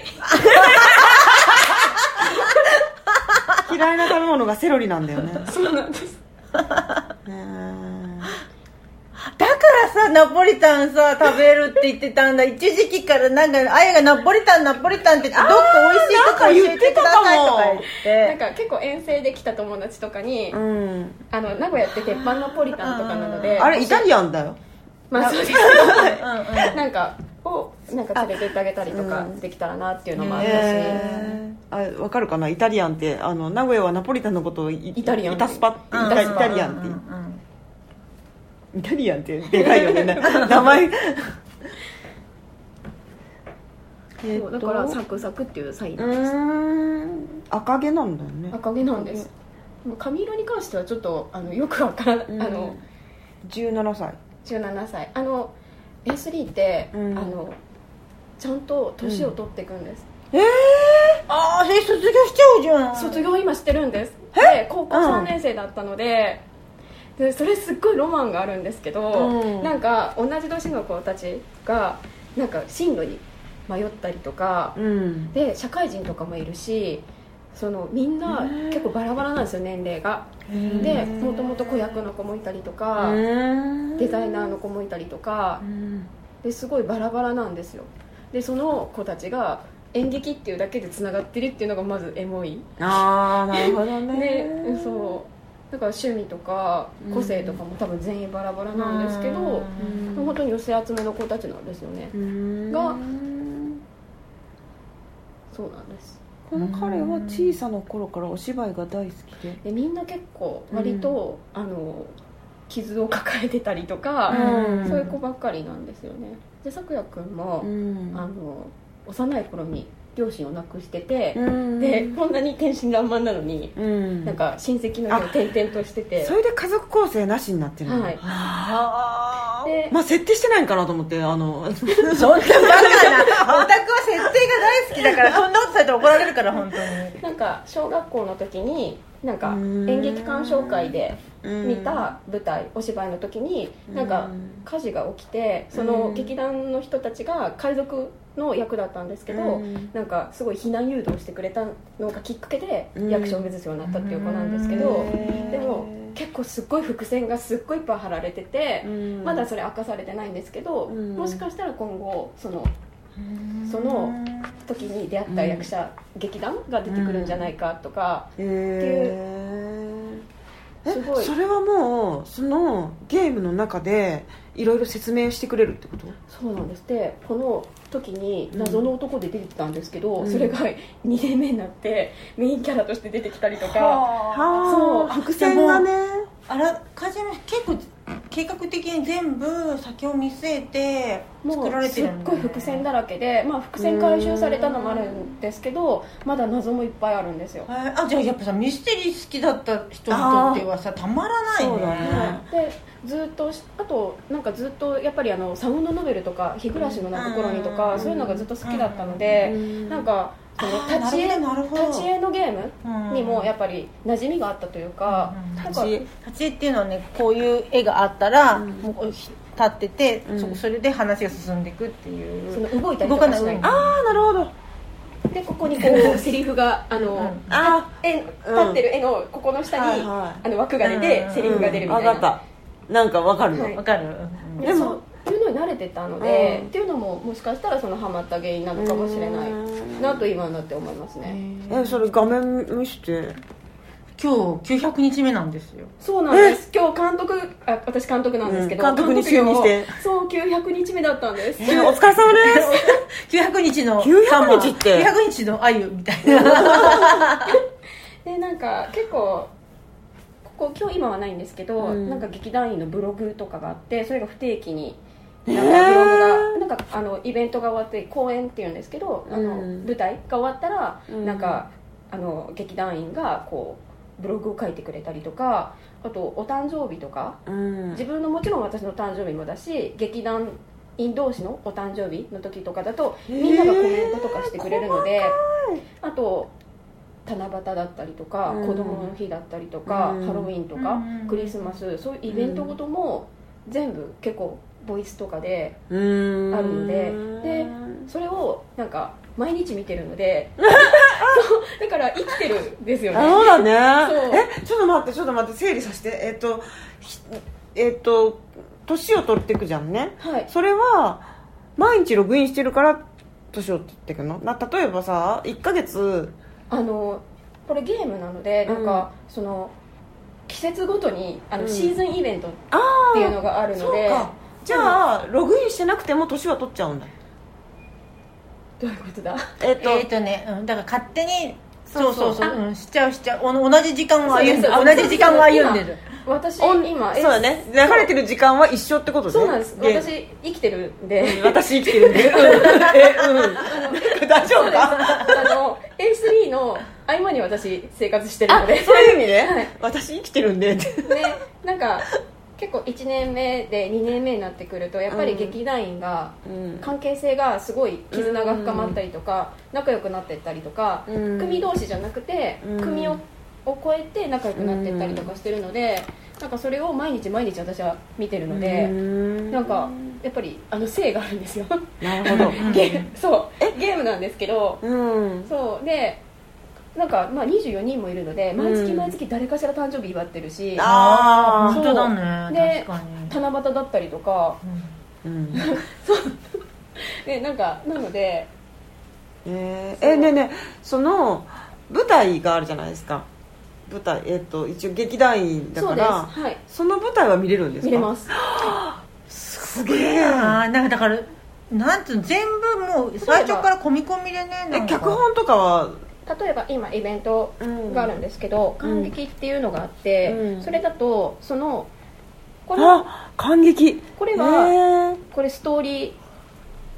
S2: 嫌いな食べ物がセロリなんだよねね
S3: そうな んです
S2: え
S1: だからさナポリタンさ食べるって言ってたんだ一時期からなんかあやがナポリタンナポリタンって言ってどっか美味しいとこ教えてくださいとか言っ
S3: なん
S1: て
S3: か結構遠征で来た友達とかに、
S2: うん
S3: あの名古屋って鉄板ナポリタンとかなので
S2: あれイタリアンだよ
S3: まあそう です
S1: うんうん
S3: なんかをなんか連れてってあげたりとかできたらなっていうのもあったし、
S2: えー、あわかるかなイタリアンってあの名古屋はナポリタンのことをイ
S3: イタリアン
S2: イタスパってイ
S1: うん
S2: タイタリアン
S1: うん
S2: ってイタリアンってでかいよね な名前え
S3: そう
S2: ー
S3: だ
S2: っと
S3: からサクサクっていうサイン
S2: う
S3: なんです、
S2: ーん赤毛なんだよね
S3: 赤毛なんです髪色に関してはちょっとあのよくわからない、
S2: うん
S3: あの
S2: 17歳
S3: 17歳あの A3 って、
S2: うん
S3: あのちゃんと年を取っていくんです、
S2: ええ
S1: ああそれ卒業しちゃうじゃん
S3: 卒業今してるんですで高校3年生だったので,、でそれすっごいロマンがあるんですけど、
S2: うん
S3: なんか同じ年の子たちがなんか進路に迷ったりとか、
S2: うん
S3: で社会人とかもいるしそのみんな結構バラバラなんですよ年齢がでもともと子役の子もいたりとかデザイナーの子もいたりとかですごいバラバラなんですよでその子たちが演劇っていうだけでつながってるっていうのがまずエモい
S2: ああなるほどね
S3: でそうだから趣味とか
S1: うん
S3: 個性とかも多分全員バラバラなんですけど、
S1: うん
S3: 本当に寄せ集めの子たちなんですよね、
S2: が
S3: がそうなんです
S2: この彼は小さな頃からお芝居が大好きで
S3: でみんな結構割と、あの傷を抱えてたりとか、
S1: うん
S3: そういう子ばっかりなんですよねでさくやくんも、あの幼い頃に両親を亡くしてて、でこんなに天真爛漫なのに、なんか親戚の家を転々としてて
S2: それで家族構成なしになってるの
S3: はい
S1: あー
S3: で
S2: まあ設定してないんかなと思ってあ の
S1: そんなバカなオタクは設定が大好きだからそんなことされて怒られるから本当に
S3: なんか小学校の時になんか
S2: うん
S3: 演劇鑑賞会で見
S2: うん
S3: た舞台お芝居の時になん
S2: う
S3: か
S2: ん
S3: 火事が起きてそうの
S2: ん
S3: 劇団の人たちが海賊の役だったんですけ
S2: う
S3: ど
S2: ん
S3: なんかすごい避難誘導してくれたのがきっかけで
S2: うん
S3: 役所を目指すようになったっていう子なんですけ
S1: う
S3: ど
S1: ん
S3: でも結構すっごい伏線がすっごいいっぱい張られてて
S2: うん
S3: まだそれ明かされてないんですけど
S2: うん
S3: もしかしたら今後その時に出会った役者劇団が出てくるんじゃないかとか。
S2: へええ
S3: すごい
S2: それはもうそのゲームの中でいろいろ説明してくれるってこと
S3: そうなんですでこの時に
S2: うん
S3: 謎の男で出てきたんですけど、
S2: うん
S3: それが2年 目になってメインキャラとして出てきたりとか、
S1: はあ
S2: はあ
S3: そう
S2: 伏線がね
S1: あらかじめ結構計画的に全部先を見据えて
S3: も
S1: 作ら
S3: う
S1: れて
S3: すっ
S1: るんだ
S3: ごい伏線だらけで、まあ、伏線回収されたのもあるんですけどまだ謎もいっぱいあるんですよ
S1: え、ーあじゃあやっぱさミステリー好きだった人にとってはさたまらないね
S2: そうだね
S3: でずっとしあとなんかずっとやっぱりあのサウンドノベルとか「日暮らしの中頃に」とか、
S1: うん
S3: そういうのがずっと好きだったので、なんかその
S1: あー
S3: 立ち絵
S1: なるほどなるほど
S3: 立ち絵のゲーム
S1: うん
S3: にもやっぱり馴染みがあったというか、
S1: うん
S3: なん
S2: 立
S3: か
S2: ち
S1: 立ち絵っていうのはねこういう絵があったら、
S2: うん
S1: もう立ってて、
S2: うん
S1: そそれで話が進んでいくっていう
S3: その動いたりとかしない
S1: 動かない
S2: ああなるほど
S3: でここにこうセリフがあの、
S1: うん
S2: あ
S3: 絵
S2: うん
S3: 立ってる絵のここの下に、
S2: はいはい
S3: あの枠が出
S1: うんうんう
S3: て
S1: ん
S3: セリフが出るみたいな、
S2: 分かったなんかわかるよ、
S3: はい
S1: わかる、
S3: で
S2: でも
S3: そういうのに慣れてたので、
S2: うん
S3: っていうのももしかしたらそのハマった原因なのかもしれないなと今になって思いますね、
S2: えそれ画面見して
S1: 今日900日目なんですよ
S3: そうなんです今日監督あ私監督なんですけど、
S2: うん監督に就任して
S3: 監督業そう900日目だったんです、
S2: えお疲れ様です
S1: 900日の
S2: 900日
S1: サマー
S2: って
S1: 900日のあゆみたいな
S3: でなんか結構ここ今日今はないんですけど、
S2: うん
S3: なんか劇団員のブログとかがあってそれが不定期に
S2: へー
S3: なんかブログが、なんかあのイベントが終わって公演っていうんですけど、あの
S2: うん
S3: 舞台が終わったら、
S2: うん
S3: なんかあの劇団員がこうブログを書いてくれたりとかあとお誕生日とか
S2: うん
S3: 自分のもちろん私の誕生日もだし劇団員同士のお誕生日の時とかだと
S2: へー
S3: みんながコメントとかしてくれるので、あと七夕だったりとか、
S2: うん
S3: 子供の日だったりとか、
S2: うん
S3: ハロウィンとか、
S1: うん
S3: クリスマスそういうイベントごとも全部結構ボイスとかで
S2: うん
S3: あるのででそれをなんか毎日見てる のでそうだから生きてるんですよ
S2: あ
S3: ね
S2: そうだ
S3: そう
S2: ねえちょっと待ってちょっと待って整理させてえっ、とひえっ、と年を取っていくじゃんね
S3: はい
S2: それは毎日ログインしてるから年を取っていくのな例えばさ1ヶ月
S3: あのこれゲームなのでなんか、その季節ごとにあの、
S2: うん
S3: シーズンイベントっ
S2: あ
S3: ていうのがある
S2: そ
S3: の
S2: う
S3: で
S2: かじゃあログインしてなくても年は取っちゃうんだ
S3: どういうこ とだ
S2: えっ、と、
S1: えっとね、うん、だから勝手に
S2: そ
S1: そうう
S2: そ
S1: そううそううん、しちゃうしちゃうおの同じ時間を歩んで
S3: そうそう
S1: る
S3: そう
S1: 同じ時間を歩んでる
S3: 私
S2: おん
S3: 今
S2: そうだね流れてる時間は一緒ってことね
S3: そうなんです
S2: で
S3: 私生きてるんで
S2: うん私生きてるんでうんえうん 大丈夫か
S3: あの A3 の合間に私生活してる
S2: あ
S3: ので
S2: そういう意味ね、
S3: はい
S2: 私生きてるんでって
S3: でなんか結構1年目で2年目になってくるとやっぱり劇団員が
S2: うん
S3: 関係性がすごい絆が深まったりとか仲良くなっていったりとか
S2: うん
S3: 組同士じゃなくて
S2: うん
S3: 組をを超えて仲良くなっていったりとかしてるのでなんかそれを毎日毎日私は見てるのでなんかやっぱりあの性があるんですよ
S2: なるほど
S3: ゲーム そうゲームなんですけど
S2: うん
S3: そうでなんかまあ24人もいるので毎
S2: う
S3: 月
S2: ん
S3: 毎月誰かしら誕生日祝ってるし
S2: ああー
S1: 本当だ
S3: で
S1: ね確かに
S3: 七夕だったりとか
S2: うん
S3: ねなんかなので
S2: えーえねえねえその舞台があるじゃないですか舞台、えっと、一応劇団員だ
S3: そ
S2: か
S3: うです
S2: ら
S3: はい
S2: その舞台は見れるんですか
S3: 見れます
S2: すげえ
S1: あーなんかだからなんつうの全部もう最初から込み込みでねな
S2: え
S1: んか
S2: 脚本とかは
S3: 例えば今イベントがあるんですけど、
S2: うん
S3: 感激っていうのがあって、
S2: うん
S3: それだとそのこれ
S2: あ感激
S3: これは、
S2: えー
S3: これストーリー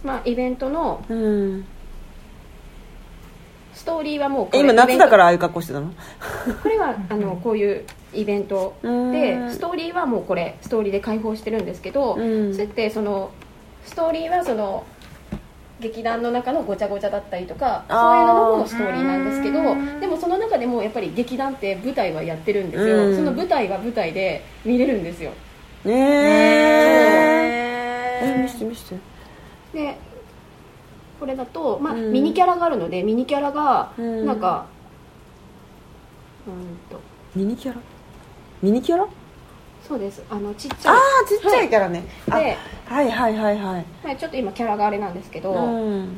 S3: まあイベントの
S2: うん、
S3: ストーリーはもうこ
S2: え
S3: れ
S2: 今夏だからああいう格好してたの
S3: イベントこれはあのこういうイベントで
S2: うん
S3: ストーリーはもうこれストーリーで開放してるんですけど、
S2: うん
S3: それってそのストーリーはその劇団の中のごちゃごちゃだったりとか
S2: あー
S3: そういうのの方のストーリーなんですけ
S1: うん
S3: どでもその中でもやっぱり劇団って舞台はやってるんです
S2: うん
S3: よその舞台は舞台で見れるんですよ
S2: ねええ見せて見せて
S3: でこれだと、まあ
S2: うん
S3: ミニキャラがあるのでミニキャラが
S2: うん
S3: なんか、うんと
S2: ミニキャラミニキャラあ
S3: そうですあのちっちゃい
S2: あちっちゃいキャラね、
S3: で、
S2: あはいはいはいはい
S3: まあ、ちょっと今キャラがあれなんですけど、
S2: うん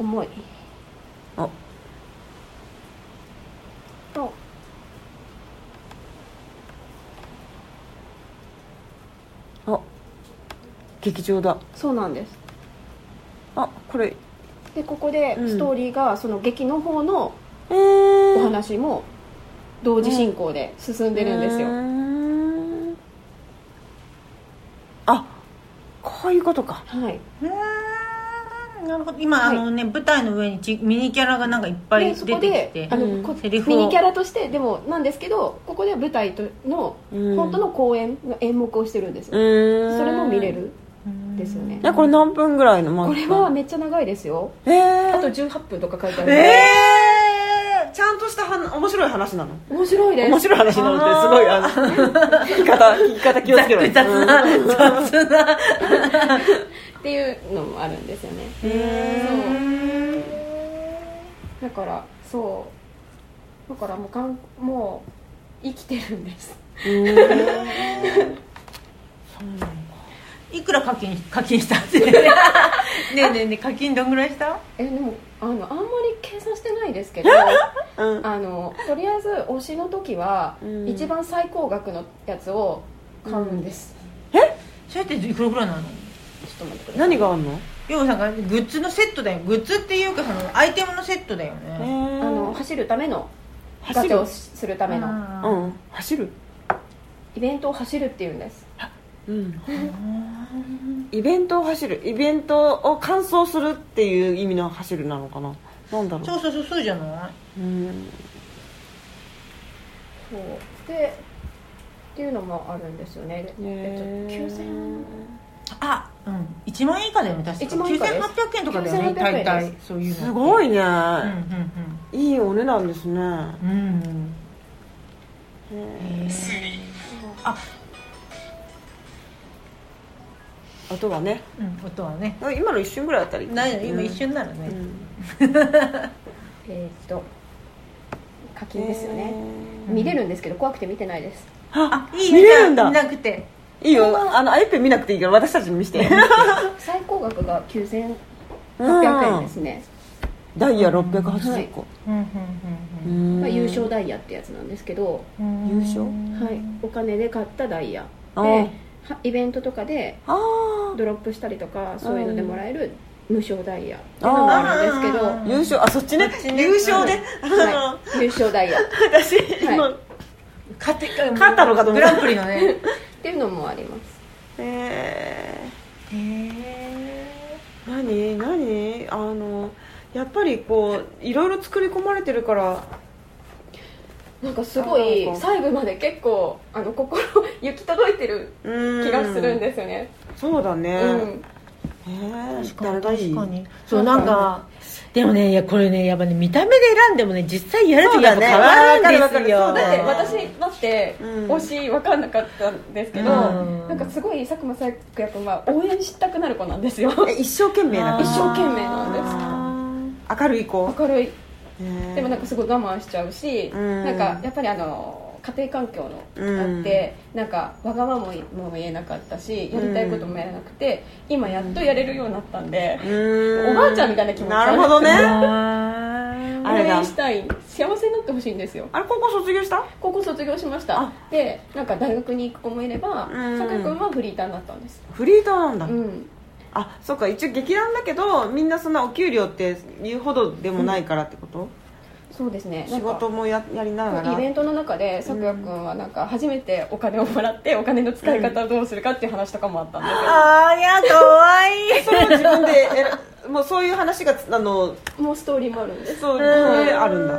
S3: 重い
S2: あ
S3: と
S2: あ劇場だ
S3: そうなんです
S2: あこれ
S3: でここで
S2: うん
S3: ストーリーがその劇の方の
S2: えー
S3: お話も同時進行で進んでるんですよ、
S2: うーんあこういうことか
S3: はい、
S1: うーんなるほど今、
S3: はい
S1: あのね舞台の上にちミニキャラがなんかいっぱい
S3: で
S1: 出
S3: そ
S1: て
S3: こ
S1: き
S3: で
S1: て
S3: あの、
S2: うん
S3: こ
S1: セ
S3: ミ
S1: リ
S3: ニ
S1: フを
S3: キャラとしてでもなんですけどここで舞台との
S2: うん
S3: 本当の公演の演目をしてるんです
S2: う
S3: よ、
S2: ーん
S3: それも見れる
S1: で
S3: ですす
S1: よ
S3: よ
S1: ね
S3: ね
S2: えこれ何分ぐらいの漫画
S3: これはめっちゃ長いですよ
S2: えー、
S3: あと18分とか書いてある、
S2: えー、ちゃんとしたはな面白い話なの
S3: 面白いです
S2: 面白い話なのですごいあの聞き方聞き方気をつけろよ
S1: 雑な雑な
S3: っていうのもあるんですよねだからそうだからもうかんもう生きてるんです
S2: うんうーん
S1: いくら課金課金したってねえねえねえ課金どんぐらいした
S3: えでもあのあんまり計算してないです けど
S2: うん
S3: あのとりあえず推しの時は、
S2: うん
S3: 一番最高額のやつを買うんです、
S1: それっていくらぐらいなの
S3: ちょっと待ってください
S2: 何があんの
S1: ようさんがグッズのセットだよグッズっていうかそのアイテムのセットだよね
S2: あ
S3: あの走るためのガ
S2: 走
S3: チャ
S2: る
S3: をするための
S2: う
S1: の
S2: ん走る
S3: イベントを走るっていうんです
S2: うんイベントを走るイベントを完走するっていう意味の走るなのかななんだろ
S1: そうそうそうそうじゃないう
S2: うん
S3: そうでっていうのもあるんですよねで
S2: え
S3: えっと9000
S1: あうん1万円以下だよね確か
S3: 1万円以下です
S1: 9800円とかだよね
S3: 9800円
S1: 大
S3: です
S1: 体そういうの
S2: すご
S1: い
S2: いね、
S1: うんうん
S2: いいお値段ですね
S1: うんうんへえあ
S2: 音がね
S1: うん音はね
S2: 今の一瞬ぐらいだったらいい
S1: ないの今一瞬ならね、
S3: えーっと課
S2: うん
S3: 金ですよね、
S1: えー
S3: 見れるんですけど怖くて見てないです
S1: あいい
S2: 見れるんだ
S1: 見なくて
S2: いいよあの iPad 見なくていいから私たちに見せて
S3: 最高額が9800円ですね、
S2: ダイヤ680個、
S1: うんうん
S2: うん
S3: まあ、優勝ダイヤってやつなんですけど、
S1: うん
S2: 優勝
S3: はい、お金で買ったダイヤで
S2: あ
S3: は
S2: ー
S3: イベントとかで
S2: ああ
S3: ドロップしたりとかそういうのでもらえる無償ダイヤって
S2: あー
S3: のもあるんですけど、
S1: あ
S2: 優勝あそっちね
S1: そっちね
S2: 優勝で、あの
S3: はい、優勝ダイヤっ
S2: 私、今
S1: 勝って
S2: 勝ったのかと
S1: グ
S2: 思った
S1: ランプリのね
S3: ていうのもあります
S2: えー
S1: へえ
S2: 何何あのやっぱりこういろいろ作り込まれてるから
S3: なんかすごい
S2: あそう
S3: 細部まで結構あの心行き届いてる気
S2: 気
S3: がするんですよね
S2: そうだね、
S3: う
S2: え
S3: ん、
S2: えー、
S1: 確
S2: 誰がいい
S1: かにそうなんかでもねいやこれねやっぱね見た目で選んでもね実際やるとやっぱ変わるんですよ
S2: そうだ
S3: だっ
S2: ね
S3: て
S2: わかるわかる
S3: 私だって
S2: うん
S3: 推し分かんなかったんですけど、
S1: うん
S3: なんかすごい佐久間紗也君は応援したくなる子なんですよ
S2: え一生懸命な
S1: あー
S3: 一生懸命なんです
S2: です明るい子
S3: 明るい
S2: ね
S3: でもなんかすごい我慢しちゃうし、
S2: うん
S3: なんかやっぱりあの家庭環境のあって、なんかわがままも言えなかったしやりたいこともやらなくて、今やっとやれるようになったんで、
S2: うん
S3: おばあちゃんみたいな気持ち
S2: なるほどね
S1: あ
S2: あれだ
S3: 応援したい幸せになってほしいんですよ
S2: あれ高校卒業した
S3: 高校卒業しました
S2: あ
S3: でなんか大学に行く子もいれば
S2: うん
S3: 酒井君はフリーターになったんです
S2: フリーターなんだ、
S3: うん
S2: あそっか一応劇団だけどみんなそんなお給料って言うほどでもないからってこと、
S3: そうですねなん
S2: 仕
S3: か
S2: 事もややりながら
S3: イベントの中で咲く君はなんか初めてお金をもらってお金の使い方をどうするかっていう話とかもあったんですよ
S2: あーいやかわ いいそれも自分でえら もうそういう話があの
S3: もうストーリーもあるんです
S2: そうであるんだ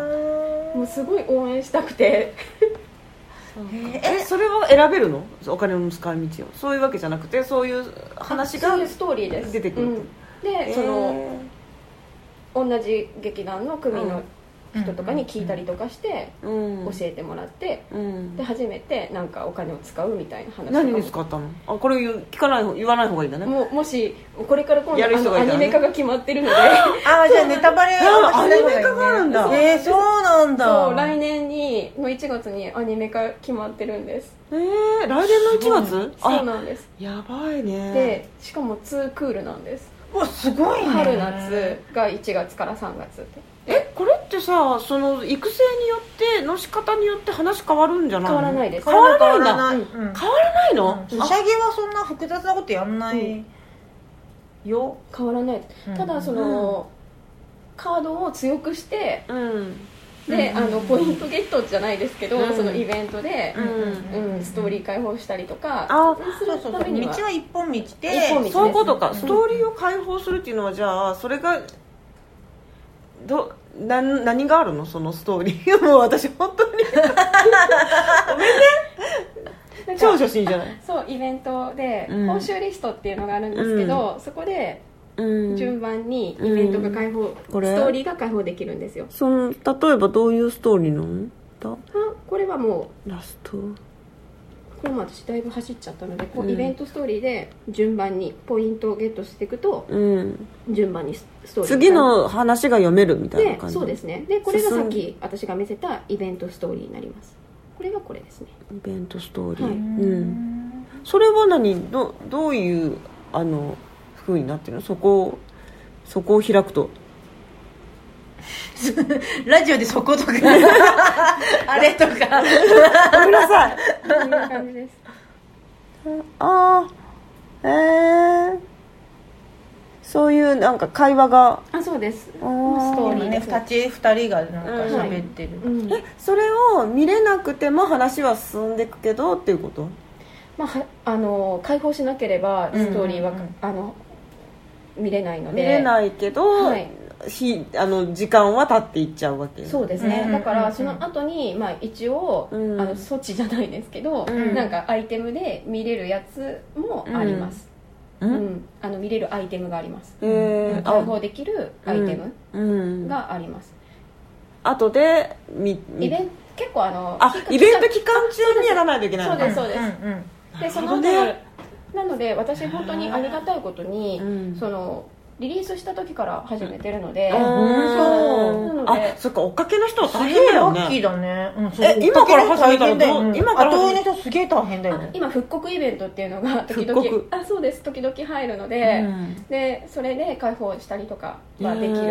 S3: もうすごい応援したくて
S2: えそれを選べるのお金の使い道をそういうわけじゃなくてそういう話が
S3: そういうストーリーです
S2: 出てくる
S3: うんでその同じ劇団の組の人とかに聞いたりとかして
S2: えーう
S3: 教
S2: ん
S3: えてもらって
S2: うん
S3: で初めてなんかお金を使うみたいな話とかも
S2: 何に使ったのあこれ言う聞かない方言わない方がいいんだね
S3: もうもしこれから今度
S2: やる人がいた
S3: あの
S2: ら
S3: アニ
S2: ね
S3: メ化が決まってるので
S1: あーじゃあネタバレはしない方がいいね
S2: あアニメ化があるんだ
S1: えー、そうなんだ
S3: そう来年にの1月にアニメ化決まってるんです
S2: えー、来年の1月
S3: そう
S2: あ
S3: なんです
S2: やばいね
S3: でしかも2クールなんです
S1: わすごいね
S3: 春夏が1月から3月って
S2: えこれってさその育成によっての仕方によって話変わるんじゃないの
S3: 変わらないです
S2: 変わらないんだ
S1: 変わらない、
S3: う
S1: うん
S2: 変わらないの、
S1: う
S2: あ
S1: ん仕上げはそんな複雑なことやんないよ、
S3: 変わらない、
S1: うん
S3: ただその、カードを強くして
S2: うん
S3: で、
S1: うん
S3: あのポイントゲットじゃないですけど、
S2: うん
S3: そのイベントで、うんストーリー解放したりとか
S2: あ
S3: す
S1: そう
S3: る
S1: そう
S3: た
S1: そう
S3: めには
S1: 道は一本道で
S3: 一本道
S2: そういうことか、
S1: うん
S2: ストーリーを解放するっていうのはじゃあそれがどなん何があるのそのストーリー もう私本当に
S3: なんか
S2: 超初心じゃない
S3: そうイベントで
S2: うん
S3: 報酬リストっていうのがあるんですけど、そこで順番にイベントが解放、
S2: これ
S3: ストーリーが解放できるんですよ
S2: その例えばどういうストーリーなのだ
S3: あこれはもう
S2: ラスト
S3: これも私だいぶ走っちゃったのでこ
S2: う
S3: うんイベントストーリーで順番にポイントをゲットしていくと
S2: うん
S3: 順番にストーリー
S2: 次の話が読めるみたいな
S3: で
S2: 感じ
S3: そうですねでこれが
S2: 進
S3: さ
S2: む
S3: っき私が見せたイベントストーリーになりますこれがこれですね
S2: イベントストーリー、
S3: はい
S2: うんそれは何どどういうあの風になってるのそこをそこを開くと
S1: ラジオでそこと かあれとか
S2: ごめんなさい
S3: こういう感じです
S2: ああえー、そういうなんか会話が
S3: あそうです
S2: あー
S3: ストーリ
S1: 今
S3: ー
S1: ね
S3: です
S1: 二ち二人がなんか喋ってる、
S3: うん
S2: えそれを見れなくても話は進んでいくけどっていうこと
S3: まあはあの解放しなければストーリーは
S1: うんうんうん
S3: あの見れないので
S2: 見れないけど、
S3: はい
S2: ひあの時間は経っていっちゃうわけ
S3: そうです
S1: うんうん
S3: ね、
S1: うん
S3: だからその後にまあ一応、
S2: うん
S3: あの措置じゃないですけど、
S2: うん
S3: なんかアイテムで見れるやつもあります、
S2: う
S3: うん
S2: ん、
S3: あの見れるアイテムがあります
S2: えー、
S3: 解
S2: あ
S3: 放できるアイテム
S2: うん
S3: があります、
S2: 後でみみ
S3: イベント結構あの
S2: あイベント期間中にやらないといけないの
S3: そうですそうです
S1: ん
S3: でその後、
S2: なるほどね
S3: なので私本当にありがたいことに、
S2: うん
S3: そのリリースした時から始めてるので、
S2: あー
S3: そうなので
S2: あそっか追っかけの人は
S1: す
S2: 大
S1: げ
S2: 変
S1: え
S2: だ
S1: ラ
S2: よ
S1: ッキー
S2: ね
S1: だね、うん、
S2: え今から始めたらどう今
S1: 今
S2: か
S1: からら後追いの人すげえ大変だよ
S3: あ
S1: ね
S3: 今復刻イベントっていうのが時
S2: 復
S3: 々あそうです時々入るので、
S2: うん
S3: でそれで解放したりとかはできると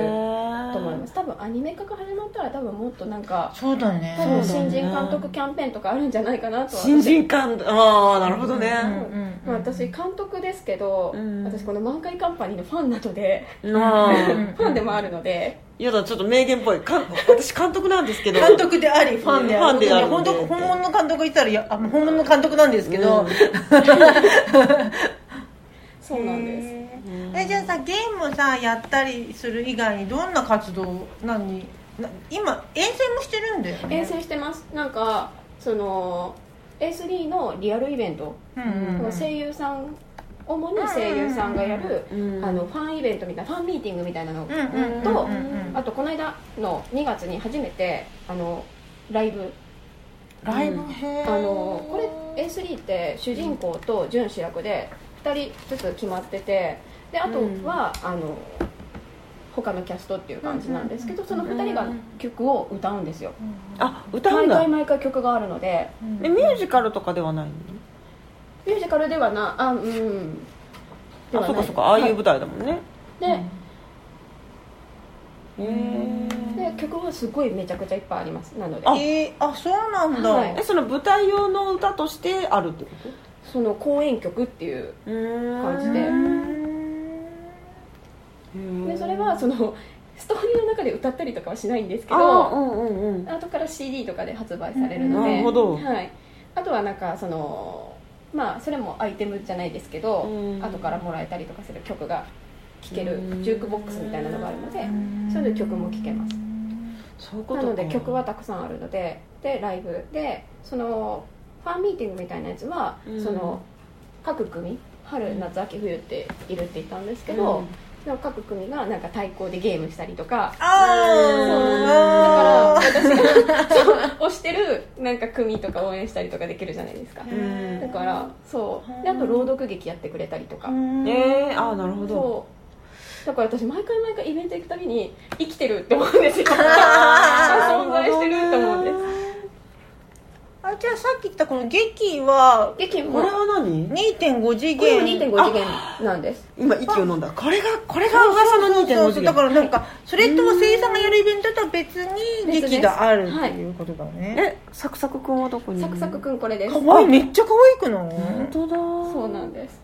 S3: 思います多分アニメ化が始まったら多分もっとなんか
S1: そうだね
S3: 多
S2: う
S3: 分
S2: だ
S3: 新人監督キャンペーンとかあるんじゃないかなとは
S2: 新人感ああなるほどね、
S1: うんうん
S3: まあ、私監督ですけど、
S2: うん
S3: 私この満開カンパニーのファンなので、
S2: なあ
S1: うん
S3: ファンでもあるので
S2: やだちょっと名言っぽいかん私監督なんですけど
S1: 監督でありファンであ
S2: ファ
S1: る
S2: ンである
S1: 本当本物の監督言ったらいやあ本物の監督なんですけど、
S2: うん
S3: そうなんです
S2: うん
S1: えじゃあさゲームさやったりする以外にどんな活動何な今遠征もしてるんだよね
S3: 遠征してますなんかその A3 のリアルイベント、
S1: うんうんうん
S3: 声優さん主に声優さんがやる、
S2: うん
S3: あのファンイベントみたいなファンミーティングみたいなの
S1: うんうんうん
S3: と、
S1: うん
S3: あとこの間の2月に初めてあのライブ
S1: ライブへ
S3: あのこれ A3 って主人公と準主役で2人ずつ決まっててであとは、あの他のキャストっていう感じなんですけど、
S1: うん
S3: その2人が曲を歌うんですよ、
S2: あ歌うん
S3: 毎
S2: だ
S3: 回毎回曲があるので
S2: えミュージカルとかではないの
S3: ミュージカルではなあうんでは
S2: あ
S3: ない
S2: そうかそうかああいう
S3: は
S2: 舞台だもんね、
S3: いで
S2: へえ
S3: で曲はすごいめちゃくちゃいっぱいありますなので
S2: あ
S1: えー、あそうなんだ、
S3: はい
S2: えその舞台用の歌としてあるってこ
S3: その公演曲っていう
S2: とうん
S3: 感じででそれはそのストーリーの中で歌ったりとかはしないんですけ
S2: あー
S3: ど
S2: うんうんうん
S3: 後から CD とかで発売されるの
S2: な
S3: で、
S2: るほど
S3: はい、あとはなんかそのまあそれもアイテムじゃないですけど、
S2: うん
S3: 後からもらえたりとかする曲が聴け
S2: う
S3: る
S2: ん
S3: ジュークボックスみたいなのがあるのでそれで曲も聴けます
S2: そういうこと
S3: な
S2: か
S3: ので曲はたくさんあるのででライブでそのファンミーティングみたいなやつは、
S2: うん
S3: その各組春夏秋冬っているって言ったんですけど、
S2: うん
S3: その各組がなんか対抗でゲームしたりとか
S1: あ
S3: だ
S1: あ
S3: から私がそう推してるなんか組とか応援したりとかできるじゃないですか
S2: ん
S3: だからそうであと朗読劇やってくれたりとか
S2: えー、ああなるほど
S3: そうだから私毎回毎回イベント行くたびに生きてるって思うん ですよ
S1: あ
S3: 存在してるって思うんです
S1: あじゃあさっき言ったこの劇は
S3: 劇も
S2: これは何
S1: 2.5次
S3: これも
S1: 元
S3: 2.5次元なんです
S2: 今息を飲んだこれがこれ
S1: そ
S2: が
S1: う
S2: 噂の
S1: そうそう
S2: 2.5
S1: そ
S2: 次
S1: うだ
S2: 元
S1: からなんかそれと声優さんがやるイベントとは別に
S3: 別です
S1: 劇があるっていうことだね
S2: えサクサクくんはどこにい
S3: サ
S2: るの
S3: クサクくんこれです
S1: 可愛いめっちゃ可愛くない
S2: 本当だ
S3: そうなんです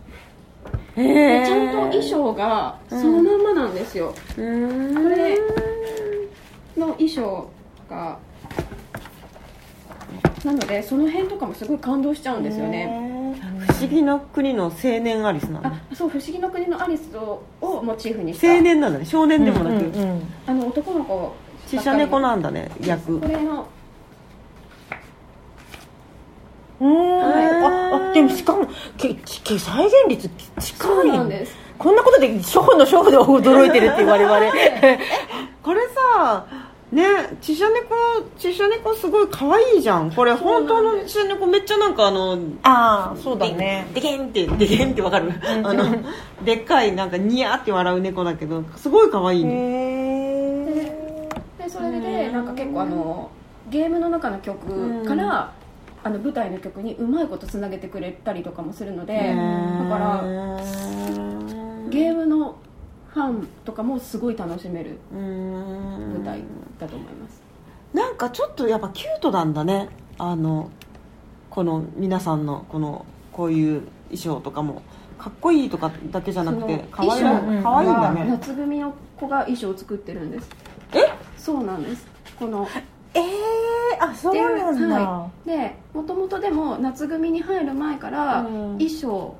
S2: へえ
S3: でちゃんと衣装がそのまんまなんですよ
S2: うーん
S3: これの衣装がなのでその辺とかもすごい感動しちゃうんですよね
S2: へー不思議の国の青年アリスなの
S3: あそう「不思議の国のアリスを」モチーフにした
S2: 青年なんだね少年でもな
S1: うんう
S2: く
S1: んうん
S3: あの男の子
S2: ちっちゃ猫なんだね役
S3: これの
S1: うーん
S2: はい
S1: ああでもしかもけけ再現率
S3: そ
S1: 近
S3: う
S1: い
S3: なんです
S1: こんなことで初歩の初歩で驚いてるって我々
S2: これさねちっちゃ猫ちっちゃ猫すごい可愛いじゃんこれ本当のちっちゃ猫めっちゃなんかあの
S1: ああそうだね
S2: でけんってでけんってわかるあのでっかいなんかニヤって笑う猫だけどすごい可愛い
S1: へ
S2: ね
S1: え
S3: でそれでなんか結構あのゲームの中の曲からあの舞台の曲にうまいことつなげてくれたりとかもするのでだからゲームのファンとかもすごい楽しめる舞
S2: 舞
S3: 台だと思います
S2: なんかちょっとやっぱキュートなんだねあのこの皆さんのこのこういう衣装とかもかっこいいとかだけじゃなくて
S3: そ
S2: か
S3: の
S2: わいい
S1: 衣装
S2: かわいいんだ
S3: は
S2: ね
S3: 夏組の子が衣装を作ってるんです
S2: え
S3: そうなんですこの
S1: ええあそうなんだ、
S3: はでもともとでも夏組に入る前から
S2: うん
S3: 衣装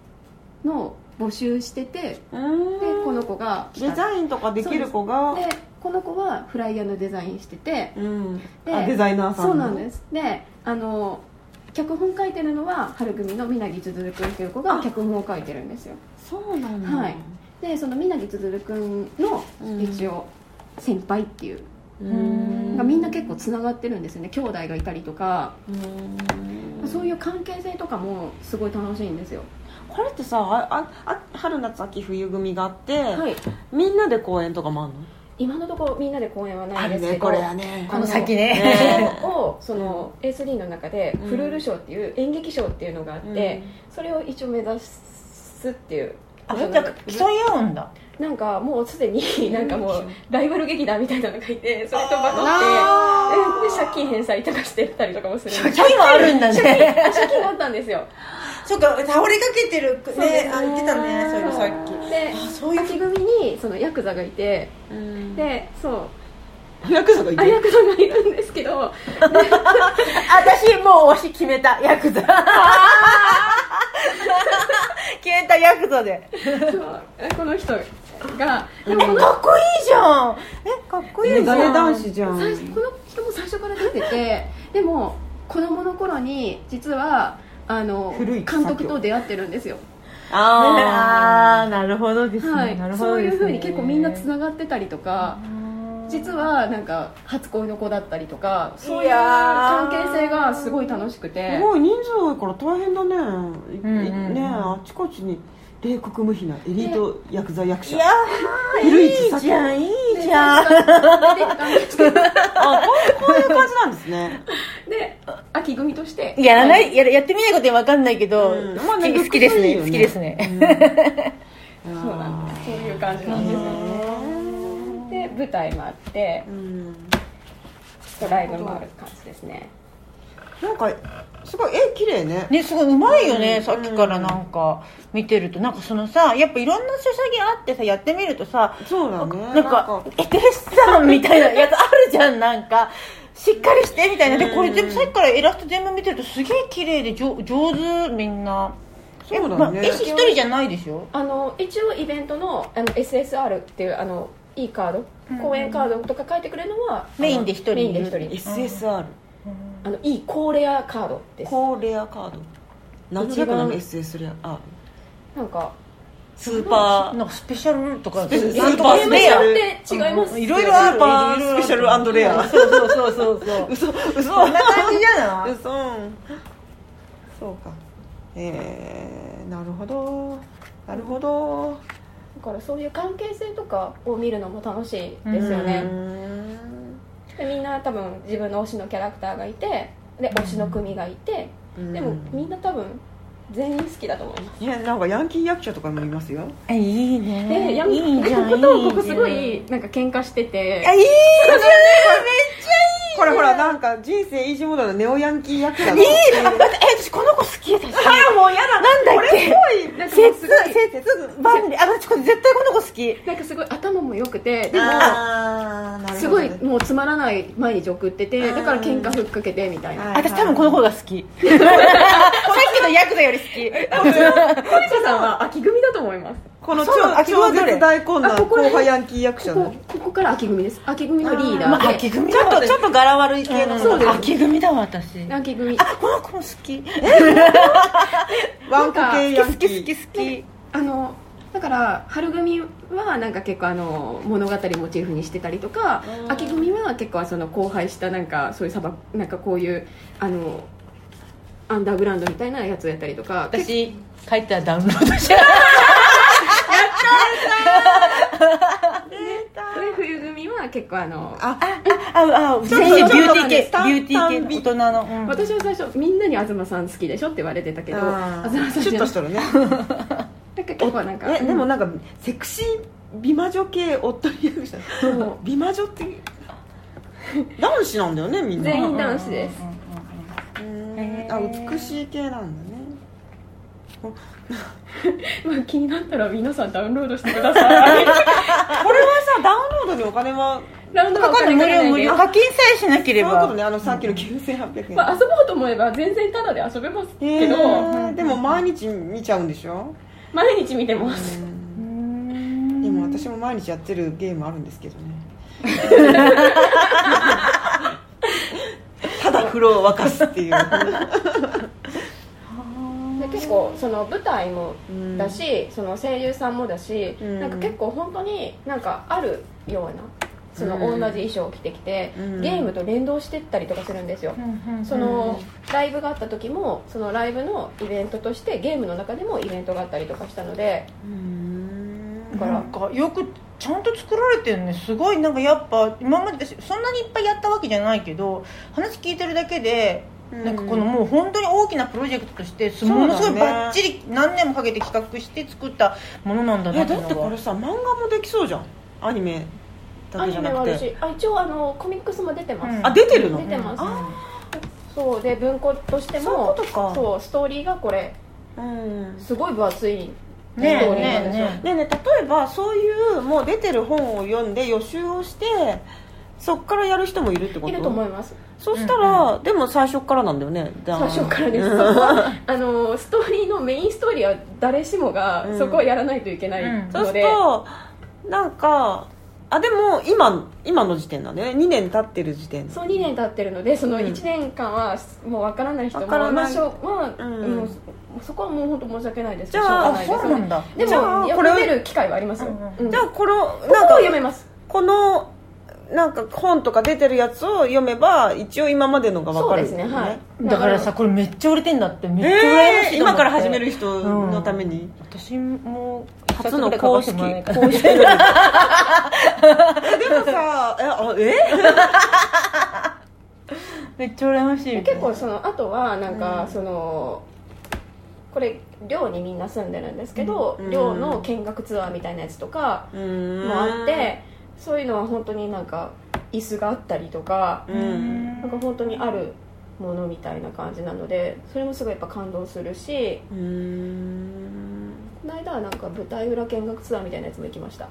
S3: の募集してて
S2: う
S3: で
S2: ーん
S3: この子が来
S2: デ
S3: た
S2: ザインとかできる子が
S3: でこの子はフライヤーのデザインしてて
S2: うん
S3: で
S2: あデザイナーさん
S3: そうなん
S2: す
S3: ですであの脚本書いてるのは春組の南木つづるくんっていう子が脚本を書いてるんですよ
S2: そうなんだ、
S3: はいでその南木つづるくんの
S2: うん
S3: 一応先輩っていう、
S2: うーん
S3: がみんな結構つながってるんですよね兄弟がいたりとか、
S2: うーん
S3: そういう関係性とかもすごい楽しいんですよ
S2: これってさあああ春夏秋冬組があって、
S3: はい
S2: みんなで公演とかもあるの
S3: 今のところみんなで公演はない
S2: あ
S3: んで
S2: る
S3: すけ
S2: ね
S3: ど
S2: これはね
S1: この先ね
S2: ね
S3: をその A3 の中で
S2: うん
S3: フルール賞っていう演劇賞っていうのがあって、それを一応目指すっていう
S1: あじゃあ競い合うんだ
S3: なんかもうすでになんかもうライバル劇団みたいなのがいてそれとバトってで借金返済とかしてたりとかもするんです
S1: 競いもあるんだね
S3: 借金があったんですよ
S1: そっか倒れかけてる
S3: そうで
S1: ね
S3: す
S1: あ言ってたねそれさっき
S3: で
S1: あそういう
S3: 秋組にそのヤクザがいて
S2: うん
S3: でそう
S2: ヤクザがい
S3: あ
S2: て
S3: ヤクザがいるんですけど
S1: 私もう推し決めたヤクザ決めたヤクザで
S3: そうこの人がでも
S1: え
S3: この
S1: かっこいいじゃんえかっこいいじゃん
S2: メガネ男子じゃん
S3: 最初この人も最初から出ててでも子供の頃に実はあの
S2: 古い
S3: 監
S2: 草木を
S3: 督と出会ってるんですよ、
S1: ああなるほどですね、
S3: はい
S1: なる、ほど
S3: そう
S1: ですね
S3: いうふうに結構みんなつながってたりとか実はなんか初恋の子だったりとかそういうい
S1: やー
S3: 関係性がすごい楽しくて
S2: すごい人数多いから大変だね、い
S1: んうんうん
S2: ねあっちこっちに米国無比なエリート薬剤役者
S1: いや
S2: 古市
S1: ーいい
S2: さき
S1: じゃんいいじゃん
S2: あ
S3: ん
S2: こうこういう感じなんですね
S3: で秋組として
S1: やらないややってみないことは分かんないけど、
S2: うん
S1: まあ、
S2: なんか
S1: 好きです
S2: かっこいい
S1: ね
S2: よね
S1: 好きですね
S2: そう
S3: そうなんですそういう感じなんですよで舞台もあって
S2: うん
S3: ライブもある感じですね
S2: なんかすごい絵綺麗ね
S1: ねすごいうまいよね、
S2: うん
S1: さっきからなんか見てるとなんかそのさやっぱいろんな注射器あってさやってみるとさ
S2: そうだ
S1: なん
S2: ね
S1: かエテレスさんみたいなやつあるじゃんなんかしっかりしてみたいなでこれ全部さっきからイラスト全部見てるとすげえ綺麗で上上手みんな
S2: そうだね
S1: えまあ絵師一人じゃないでしょ
S3: あの一応イベントのあの SSR っていうあのいいカード
S1: うん
S3: 公演カードとか書いてくれるのは
S1: メインで一人
S3: あのメインで一人
S2: SSR
S3: あのいい高レアカードです
S2: 高レアカード何の略なの
S3: 一
S2: SS レアあ
S3: なんか
S2: スーパー
S1: なんかスペシャルとか
S2: ペシャル
S1: な
S2: ス
S1: ん
S2: ー
S1: と
S2: パ
S1: か
S2: ー
S1: ス
S2: ス
S1: ペ
S2: ペ
S1: シ
S2: シ
S1: ャル
S2: ャル
S3: 違います
S1: いろいろあ
S2: ス
S1: る
S2: ー
S1: いろいろあ
S2: パー
S1: る
S2: スペシャルレア
S1: そうそうそうそうそう
S2: 嘘嘘
S1: そんな感じじゃない
S2: 嘘そうかえー、なるほどなるほど
S3: だからそういう関係性とかを見るのも楽しいですよ
S2: うー
S3: ね
S2: ん
S3: でみんな多分自分の推しのキャラクターがいてで推しの組がいてでもみんな多分全員好きだと思います
S2: いやなんかヤンキー役者とかもいますよ
S1: えいいね
S3: でヤン
S1: いいじゃん
S3: ここと
S1: いいじゃ
S3: こ
S1: ん
S3: こすごいなんか喧嘩してて
S1: あいい
S2: ほらほらなんか人生維持モードのネオヤンキー役者の
S1: じゃんあ待ってえ私この子好きだし
S2: あもうやだ
S1: なんだっけ
S3: なんかもう
S1: 節
S3: す
S1: 節
S3: ごい
S1: バンリあ私これ絶対この子好き
S3: なんかすごい頭も良くてでも
S2: あーなるほどね
S3: すごいもうつまらない毎日送っててだから喧嘩ふっかけてみたいな
S2: はい
S1: 私多分この方が好 きさっきのヤクザより好き
S3: 小西さんは秋組だと思います
S2: この
S1: そうなの
S2: 超
S1: あ
S2: 超絶大混
S3: あ
S2: 乱
S3: ここ
S2: 後輩ヤンキー役者
S3: こ
S2: の
S3: こここから秋組です秋組のリー
S1: ま
S3: ダ
S1: あ
S3: ー
S1: 秋
S3: で
S1: 組
S2: ちょ
S1: だ
S2: っとちょっと柄悪い系の
S3: そうです
S1: 秋組だわ私
S3: 秋組
S1: あこの子も好き
S2: ワンコ系ヤ
S1: 好
S2: ンキ
S1: き好き
S2: ー
S1: 好き
S3: あのだから春組はなんか結構あの物語モチーフにしてたのとか
S2: うん
S3: 秋組は結構その荒廃したなんかそういう砂漠なんかこういうあのアンダーグラウンドみたいなやつをやったりとか結
S1: 私帰ったらダウンロードしちゃう
S3: 構で冬組は結構あの
S2: あ
S1: ああ
S2: ちょっと
S1: 全然ビューティー系
S2: ちょっと
S1: ビューティー系
S2: 短美
S1: 大人のうん
S3: 私は最初みんなに東さん好きでしょって言われてたけど
S2: あ
S3: 東さ
S2: ー
S3: ん
S2: シ
S3: じ
S2: ュッ
S3: ゃな
S2: と
S3: い
S2: しとるね
S3: なんか結構なん か
S2: えでもなんかセクシー美魔女系おっとり役者
S3: そう
S2: 美魔女って男子なんだよねみんな
S3: 全員男子です
S1: うんうんうん
S2: うん
S1: へ
S2: あ
S1: ー
S2: 美しい系なんだね
S3: まあ気になったら皆さんダウンロードしてくださ い
S2: これはさダウンロードにお金は
S3: ラウンド
S1: か
S3: はお
S1: かる
S3: 金
S1: 無
S3: かけ
S1: 料
S3: な
S1: 無
S3: いで
S1: 料課金さえしなけ
S2: そうい
S1: れ
S2: う
S1: ば
S2: ことねあのさっきの9800円
S3: まあ、遊ぼうと思えば全然タダで遊べますけど、
S2: えーでも毎日見ちゃうんでしょ
S3: 毎日見てます、
S1: うー
S2: で
S1: ん
S2: も私も毎日やってるゲームあるんですけどね ただ風呂を沸かすっていう
S3: で結構その舞台も
S2: うん
S3: だし、その声優さんもだし、
S2: うん
S3: なんか結構本当になんかあるようなその
S2: う
S3: 同
S2: ん
S3: じ衣装を着てきて、
S2: うん
S3: ゲームと連動してったりとかするんですよ、そのライブがあった時もそのライブのイベントとしてゲームの中でもイベントがあったりとかしたので
S2: うん
S3: から
S1: なんかよくちゃんと作られてるねすごいなんかやっぱ今まで私そんなにいっぱいやったわけじゃないけど話聞いてるだけでなんかこのもう本当に大きなプロジェクトとしてす
S2: そうだ
S1: も
S2: ね
S1: のすごいバッチリ何年もかけて企画して作ったものなんだ
S2: い
S1: な
S2: や
S1: ってい
S2: だ
S1: う
S2: って
S1: の
S2: こ
S1: が
S2: れさ漫画もできそうじゃんアニメだ
S3: ア
S2: けじ
S3: ニ
S2: ゃな
S3: メはあ
S2: く
S3: る
S2: て
S3: しあ一応あのコミックスも出てます、
S1: うん
S2: あ出てるの
S3: 出てます
S2: あ
S3: そうで文庫としても
S2: そういうことか
S3: そうストーリーがこれ
S2: うん
S3: すごい分厚い
S1: ね
S3: ス
S1: え
S3: トーリーな
S1: ね
S3: ん
S1: え
S3: ですよ
S1: ね
S2: ねえねえ例えばそういうもう出てる本を読んで予習をしてそっからやる人もいるってこと
S3: いると思います
S2: そしたら、でも最初からなんだよね最
S3: 最初から ですそこはあのストーリーのメインストーリーは誰しもが
S2: うん
S3: そこをやらないといけない
S1: うん
S2: そう
S3: の
S2: す
S3: で、
S2: るとなんかあでも今今の時点なんだよね2年経ってる時点
S3: そう2年経ってるのでその
S2: うん
S3: 1年間はもうわからない人も
S2: わからない
S3: まあしょうまあ
S2: うん
S3: もうそこはもう本当申し訳ないです
S2: じゃあ
S1: あ
S3: しょ
S1: そううな
S3: がないです
S1: んだ
S3: で
S2: じゃあ
S3: も
S2: これを
S3: 読める機会はありますよ、
S1: うん
S3: うん
S2: じゃあこの
S3: ここを
S2: なん
S3: 読
S2: か
S3: めます
S2: このなんか本とか出てるやつを読めば一応今までのが分
S3: そ
S2: か
S3: う
S2: る
S3: ですねはい
S1: だからさこれめっちゃ売れてんだってめっちゃ羨ま
S2: え
S1: しいと思
S2: ー今
S1: って
S2: から始める人のために、
S1: 私も
S2: 初の公式
S1: 一冊ぐらい書かせ
S2: 公
S1: てもらえないかな
S2: 式でもさえあえ
S1: めっちゃ羨ましい
S3: 結構そのあとはなんかその、これ寮にみんな住んでるんですけど、
S2: うん
S3: 寮の見学ツアーみたいなやつとか
S2: うーん
S3: もあって、そういうのは本当になんか椅子があったりとか、
S2: うん
S3: なんか本当にあるものみたいな感じなのでそれもすごいやっぱ感動するし
S2: うーん
S3: この間はなんか舞台裏見学ツアーみたいなやつも行きました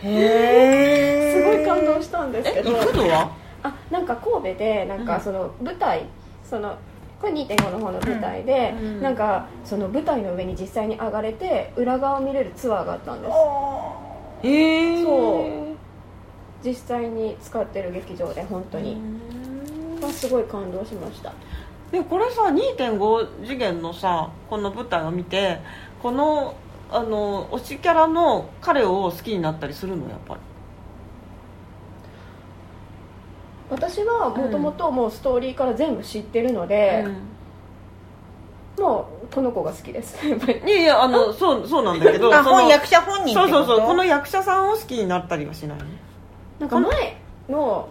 S2: へ
S3: すごい感動
S2: し
S3: したんです
S2: え
S3: けど
S2: 行くのは
S3: あなんか神戸でなん
S2: う
S3: か
S2: ん
S3: その舞台そのこれ2.5の方の舞台で、
S2: うん
S3: なんかその舞台の上に実際に上がれて裏側を見れるツアーがあったんです
S2: へえ
S3: そう実際に使ってる劇場で本当に、まあ、すごい感動しました
S2: でもこれさ2.5次元のさこの舞台を見てこのあの推しキャラの彼を好きになったりするのやっぱり
S3: 私はもともともうストーリーから全部知ってるので、もうこの子が好きです やっぱり
S2: いやいやあのそうそうなんだけど
S1: あ
S2: その
S1: 本役者本人
S2: そ
S1: っ
S2: う
S1: てこ
S2: そう
S1: と
S2: そうこの役者さんを好きになったりはしない
S3: なんか前の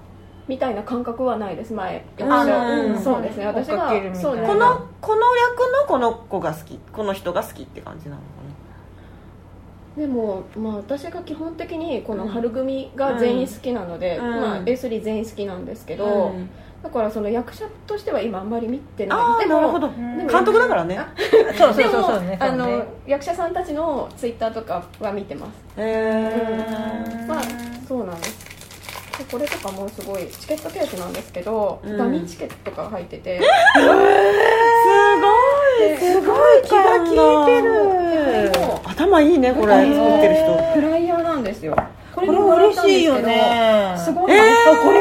S3: みたいな感覚はないです前役者
S2: あのうん
S3: そうですね私
S1: 追っ
S3: が
S1: かけるみたいな
S3: そうです
S2: このこの役のこの子が好きこの人が好きって感じなのか
S3: でも、まあ、私が基本的にこ
S2: うん
S3: の春組が全員好きなので、
S2: うん
S3: まあ、A3 全員好きなんですけ
S2: な
S3: ど、
S2: うん
S3: だからその役者としては今あんまり見て
S2: あ
S3: ない
S2: あ
S3: で
S2: なる
S3: も
S2: ほど
S1: ん
S2: 監督だからね
S1: そうそ
S3: で
S1: うそう
S3: も
S1: そうね
S3: あ
S1: そう
S3: の
S1: ね
S3: 役者さんたちのツイッターとかは見てます、
S2: へ
S1: う
S2: え
S1: ん
S3: まあ、そうなんですでこれとかもすごいチケットケースなんですけど、
S2: うん
S3: ダミーチケットとかが入ってて、
S2: すごいすごい気が利いて
S3: で
S2: る
S3: も
S2: 頭いいねこれ
S3: へー
S2: 作ってる人
S3: フライヤーなんですよこれ
S1: これ
S3: ももらっ
S1: 嬉
S3: たんです
S1: しい
S3: けど
S1: よね
S3: すごい
S2: え
S3: な
S1: あこれ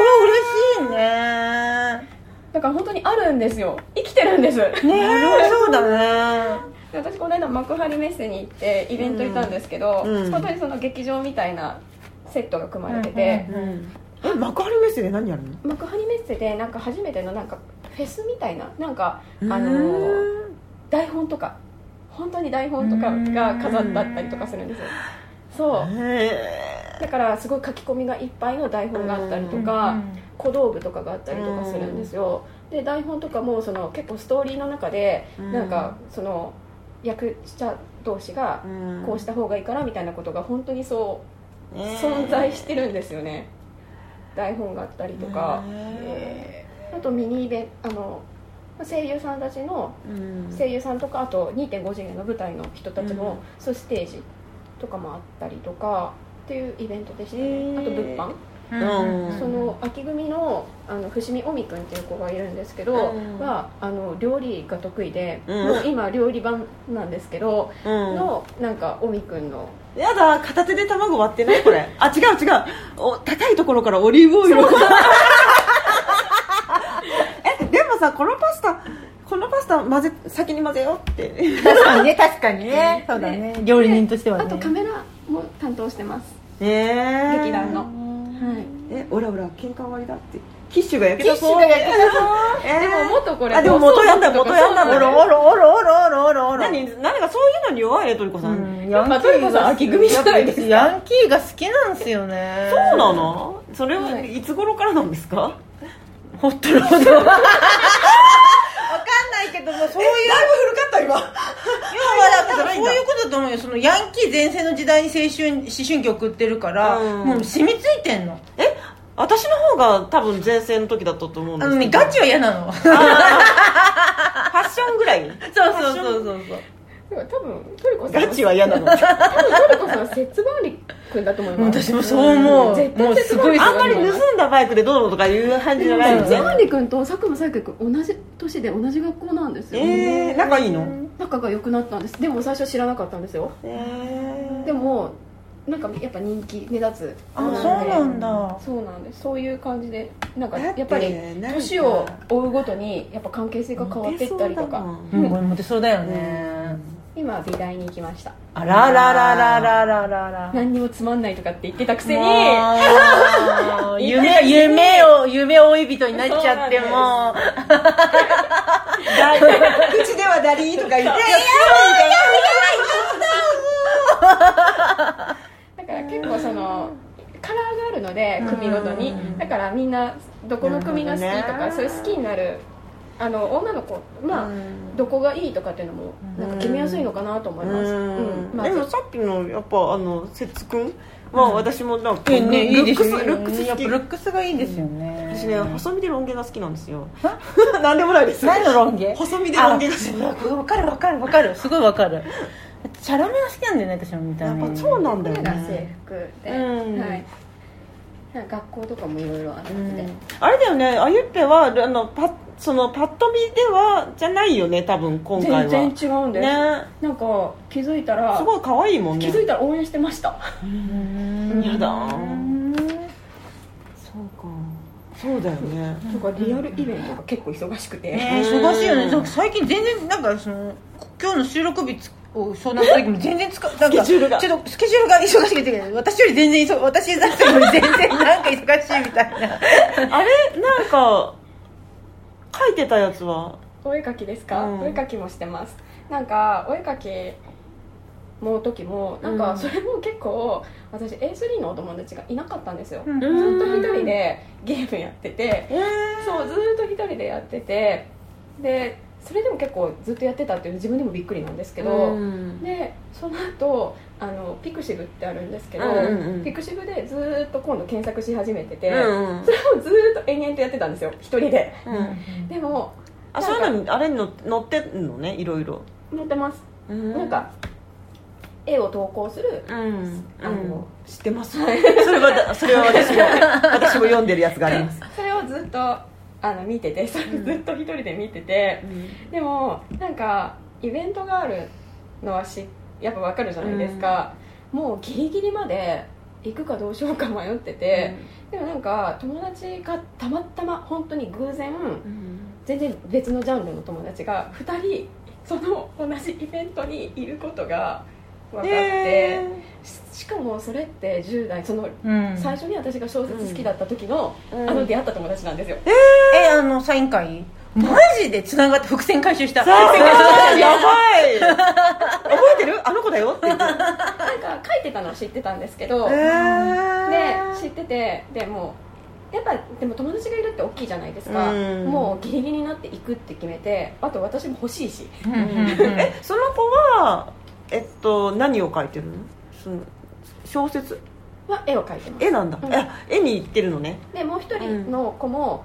S1: は嬉しいね
S3: だから本当にあるんですよ生きてるんです
S1: ねえそうだね
S3: で私この間幕張メッセに行ってイベント行ったんですけど、
S2: うん
S3: 本当にその劇場みたいなセットが組まれてて、
S1: う
S2: うんえ幕張メッセで何やるの
S3: 幕張メッセでなんか初めてのなんかフェスみたいななんかあのー
S2: うん
S3: 台本とか本当に台本とかが飾ってあったりとかするんですよそう
S2: へ
S3: だからすごい書き込みがいっぱいの台本があったりとか、小道具とかがあったりとかするんですよ、で台本とかもその結構ストーリーの中で
S2: え
S3: なんかその役者同士がこうした方がいいからみたいなことが本当にそう存在してるんですよね、台本があったりとか、
S2: へ
S3: あとミニイベンあの声優さんたちの声優さんとかあと2.5次元の舞台の人たちの、
S2: うん
S3: そうステージとかもあったりとかっていうイベントでしたね、
S2: へー
S3: あと物販、
S1: うんん
S2: うん
S3: その秋組のあの伏見尾美君っていう子がいるんですけど、
S2: うん
S3: はあの料理が得意で、
S2: うん
S3: もう今料理版なんですけど、
S2: うん
S3: のなんか尾身くんの
S2: やだ片手で卵割ってないこれあ違う違うお高いところからオリーブオイルを えでもさこのパスタこのパスタ混ぜ先に混ぜようって
S1: 確かにね確かにねそうだね料理人としてはね
S3: あとカメラも担当してます、
S2: ええ
S3: 劇団のはい
S2: えオラオラ喧嘩終わりだってキッシュが焼
S1: テ
S2: け
S1: ィッ
S2: た
S1: シュ
S2: そう
S1: が焼けたぞ
S2: えー
S3: でも元これ
S2: あでも元やんだ元やんだ
S1: お
S2: お
S1: ろ
S2: ろ
S1: お
S2: お
S1: ろおろおろおろおろおろ
S2: 何何かそういうのに弱いねトリコさん、
S1: うん
S3: やっぱトリコさん秋組じゃないですか
S1: ヤンキーが好きなんですよね
S2: そうなのそれは
S3: はい
S2: いつ頃からなんですか、
S1: ほっとるほど わかんないけどもそういう
S2: だいぶ古かった
S1: 要はだからそういうことだと思うよそのヤンキー全盛の時代に青春思春期送ってるから、
S2: うん
S1: もう染みついてんの
S2: 今え私の方が多分前世の時だったと思うん
S1: あ
S2: です
S1: の
S2: けど
S1: ねガチは嫌なの そ
S2: ファッションぐらい
S1: うそうそうそうそう
S3: でも多分トリコさん
S2: ガチは嫌なのあ
S3: 多分トリコさん節番力くんだと思い
S1: もう
S3: ます
S1: 私もそう思う、
S3: 絶対
S1: もうすごい
S2: んまり盗んだバイクでどうのとかいう感じじゃないよ
S3: 節
S2: ね
S3: 番力くんと佐久間彩君君同じ年で同じ学校なんですよ、
S2: えー、仲いいの
S3: 仲が良くなったんですでも最初知らなかったんですよ
S2: えー
S3: でもなんかやっぱ人気目立つ
S1: あ
S3: ので
S1: そうなんだ
S3: そうなんですそういう感じでなんか
S2: だって
S3: やっぱり
S2: なんか
S3: 年を追うごとにやっぱ関係性が変わっていったりとか
S2: モテそうだも
S1: う
S2: ん
S1: ん、これモテそうだよね、
S3: い今は美大に行きました
S1: あらららららららら
S3: 何にもつまんないとかって言ってたくせに
S1: もう 夢夢を夢追い人になっちゃっても
S2: 口ではダリーとか言って
S3: だから結構そのカラーがあるので組ごとに
S1: うん
S3: だからみんなどこの組が好きと
S2: な
S3: か、
S2: るほど
S3: そう
S2: ね
S3: いう好きになるあの女の子まあ、
S2: うん
S3: どこがいいとかっていうのもなんか決めやすいのかなと思います、うんまあ
S2: でもさっきのやっぱあの節くんは私もなんか、
S1: いいねいいですよね
S2: ルックスルックス
S1: や
S2: 好
S1: っぱ
S2: き
S1: ルックスがいいですよね
S2: 私ね細身でロン毛が好きなんですよ なんでもない です
S1: 何のロン毛
S2: 細身でロン毛が好き
S1: あわかるわかるわかるすごいわかるチャラめが好きなんだよね私も見た
S2: やっ
S1: 目
S2: ぱそうなんだよ
S3: みんなが制
S2: ね
S3: 服で、
S2: うん
S3: はいなんか学校とかもいろいろあって、
S2: うんあれだよねあゆっぺはあのパそのパッと見ではじゃないよね多分今回は
S3: 全然違うんです、
S2: ね
S3: なんか気づいたら
S2: すごい可愛いもん
S3: 気
S2: ね
S3: づいたら応援してました
S1: うん
S2: やだ
S1: うん
S2: そうかそうだよね
S3: とかリアルイベントが結構忙しくて、
S1: ね
S2: うん
S1: 忙しいよねなんか最近全然なんかその今日の収録日つを相談した時も全然つかなんか
S2: スケジュールが
S1: ちょっとスケジュールが忙しくて私より全然忙私出してるのに全然なんか忙しいみたいな
S2: あれなんか書いてたやつは
S3: お絵描きですか、
S2: うん
S3: お絵描きもしてますなんかお絵描きの時もなん
S2: う
S3: か
S2: ん
S3: それも結構私 A3 のお友達がいなかったんですよ、
S1: うん
S3: ずっと一人でゲームやってて
S2: えー
S3: そうずっと一人でやっててでそれでも結構ずっとやってたっていうの自分でもびっくりなんですけど、
S2: うん
S3: でその後あのピクシブってあるんですけど、
S2: うんうんうん
S3: ピクシブでずーっと今度検索し始めてて、
S2: うんうん
S3: それをずーっと延々とやってたんですよ一人で
S2: うん
S3: でも
S2: あそういうのにあれにの載ってんのねいろいろ
S3: 載ってます、
S2: な
S3: なんか絵を投稿する
S2: うん
S3: あの
S2: 知ってますそれはそれは私も私も読んでるやつがあります
S3: それをずっとあの見ててそれをずっと一人で見てて、でもなんかイベントがあるのはしやっぱわかるじゃないですか、もうギリギリまで行くかどうしようか迷ってて、でもなんか友達がたまたま本当に偶然全然別のジャンルの友達が2人その同じイベントにいることが分かって、
S2: え
S3: ししかもそれって10代その
S1: うん
S3: 最初に私が小説好きだった時の、
S2: うん
S3: あの出会った友達なんですよ、
S1: えあのサイン会マジでつながって伏線回収した
S2: さあやばい覚えてるあの子だよって言って
S3: なんか書いてたのを知ってたんですけど、で知っててでもうやっぱでも友達がいるって大きいじゃないですか、
S2: うん
S3: もうギリギリになっていくって決めてあと私も欲しいし
S1: うんうんうん
S2: えその子はえっと何を書いてるのその小説
S3: は絵を描いてます
S2: 絵なんだ、
S3: うん
S2: え絵に行ってるのね
S3: でもう一人の子も、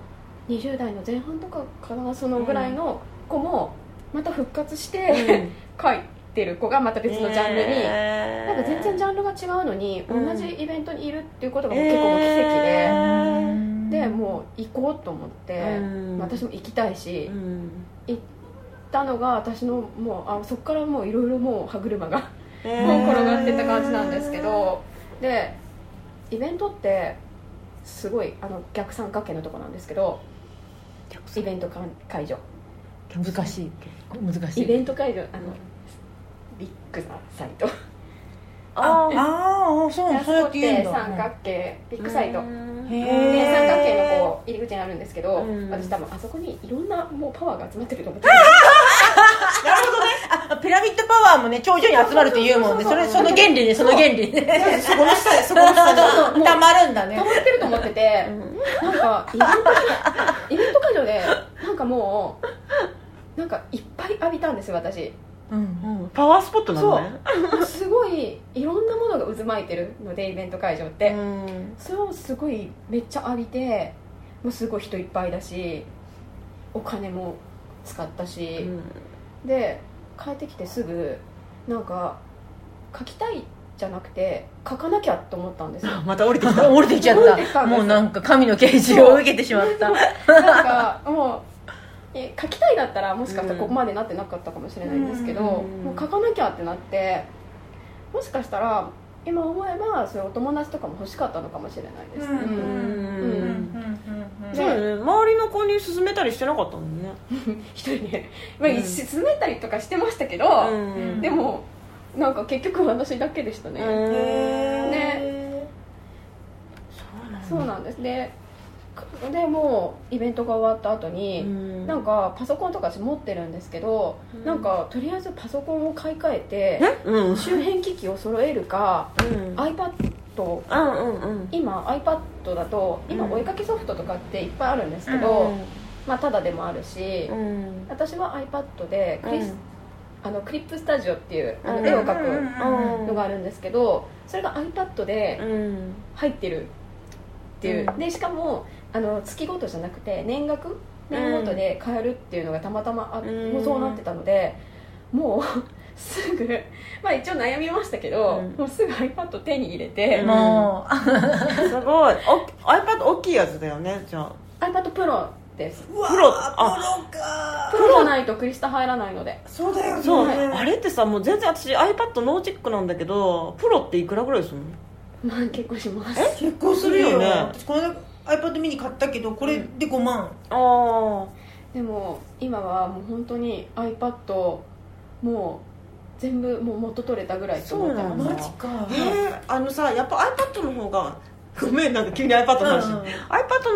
S3: 20代の前半とかかなそのぐらいの子もまた復活して、書いてる子がまた 別のジャンルに、
S2: えー
S3: なんか全然ジャンルが違うのに、
S2: うん
S3: 同じイベントにいるっていうことがもう結構もう奇跡
S2: え
S3: で、
S1: うん
S3: でもう行こうと思って、
S2: うん
S3: 私も行きたいし、
S2: う
S3: 行っ
S2: ん
S3: たのが私のもうあそこからもういろいろもう歯車が
S2: えー
S3: もう転がってった感じなんですけど、でイベントってすごいあの逆三角形のとこなんですけどイベントか会場
S1: 難しい難しい
S3: イベント会場あのビッグなサイト
S2: あー
S1: ああそうそうやって言うんだ
S3: 三角形ビッグサイト
S1: へ
S3: で
S1: ー
S3: 三角形のこう入り口にあるんですけど、
S2: うん
S3: 私多分あそこにいろんなもうパワーが集まってる と思って
S1: なるほどねあピラミッドパワーもね頂上に集まるって言うもんねそれその原理ねその原理ね
S2: そこの下そこの下
S3: そうそうもう
S1: たまるんだ
S3: 溜
S1: ね
S3: まってると思ってて、なんかイベント会イベント会場でなんかもうなんかいっぱい浴びたんですよ私
S1: うん
S2: うんパワースポットなのね
S3: すごいいろんなものが渦巻いてるのでイベント会場って、それをすごいめっちゃ浴びてもうすごい人いっぱいだしお金も使ったし、で帰ってきてすぐなんか書きたいじゃなくて書かなきゃと思ったんですよ
S2: また降り てきた
S1: 降りてきちゃ
S3: 降りて
S1: っ
S3: き
S1: た
S3: たんです
S1: もうなんか神の啓示を受けてしまった
S3: なんかもうえ書きたいだったらもしかしたらここまでなってなかったかもしれないんですけど、
S2: うん
S3: もう書かなきゃってなってもしかしたら今思えばそういうお友達とかも欲しかったのかもしれないですね、
S1: うん
S2: う
S1: う
S2: ん
S1: んうんうん
S2: そうだね周りの子に勧めたりしてなかったもんね
S3: 一人で、まあ
S2: うん
S3: 進めたりとかしてましたけど、
S2: うん
S3: でもなんか結局私だけでしたね、
S2: うん
S3: ね
S2: そうなんだ
S3: そうなんですででもうイベントが終わった後に、
S2: うん
S3: なんかパソコンとか私持ってるんですけど、
S2: うん
S3: なんかとりあえずパソコンを買い替えて
S2: えうんうん
S3: 周辺機器を揃えるか iPad を
S2: うんうん
S3: 今 iPad だと今
S2: うん
S3: 追いかけソフトとかっていっぱいあるんですけ
S2: う
S3: ど、まあただでもあるし、
S2: んうん
S3: 私は iPad でクリス、あのクリップスタジオっていうあ
S2: う
S3: の
S2: ん
S3: 絵を描
S1: うん
S3: く
S1: うん
S3: のがあるんですけどそれが iPad で
S2: うん
S3: 入ってるっていう、
S2: うん
S3: でしかもあの月ごとじゃなくて年額年ごとで変えるっていうのがたまたまあ、
S2: うん
S3: もうそうなってたのでもう すぐまあ一応悩みましたけど、
S2: うん
S3: もうすぐ iPad 手に入れて、
S2: うん
S1: もうあ
S2: すごいお iPad 大きいやつだよねじゃあ
S3: iPad プロです
S1: うわ
S2: プ
S1: プ
S2: ロ
S1: ロか
S3: プロないとクリスタ入らないので
S1: そうだよね
S2: そう、
S3: はい
S2: あれってさもう全然私 iPad ノーチェックなんだけどプロっていくらぐらいするの
S3: まあ結構します
S1: 結構するよ
S2: するよね
S1: 私この間 iPad ミニ買ったけどこれで5万、
S2: あ
S3: でも今はもう本当に iPad をもう全部もう元取れたぐらいと思って
S2: そうな
S3: ます
S2: んだ
S1: か
S2: あえあのさやっぱ iPad の方がごめんなんか急に iPad の話、
S1: うん
S2: iPad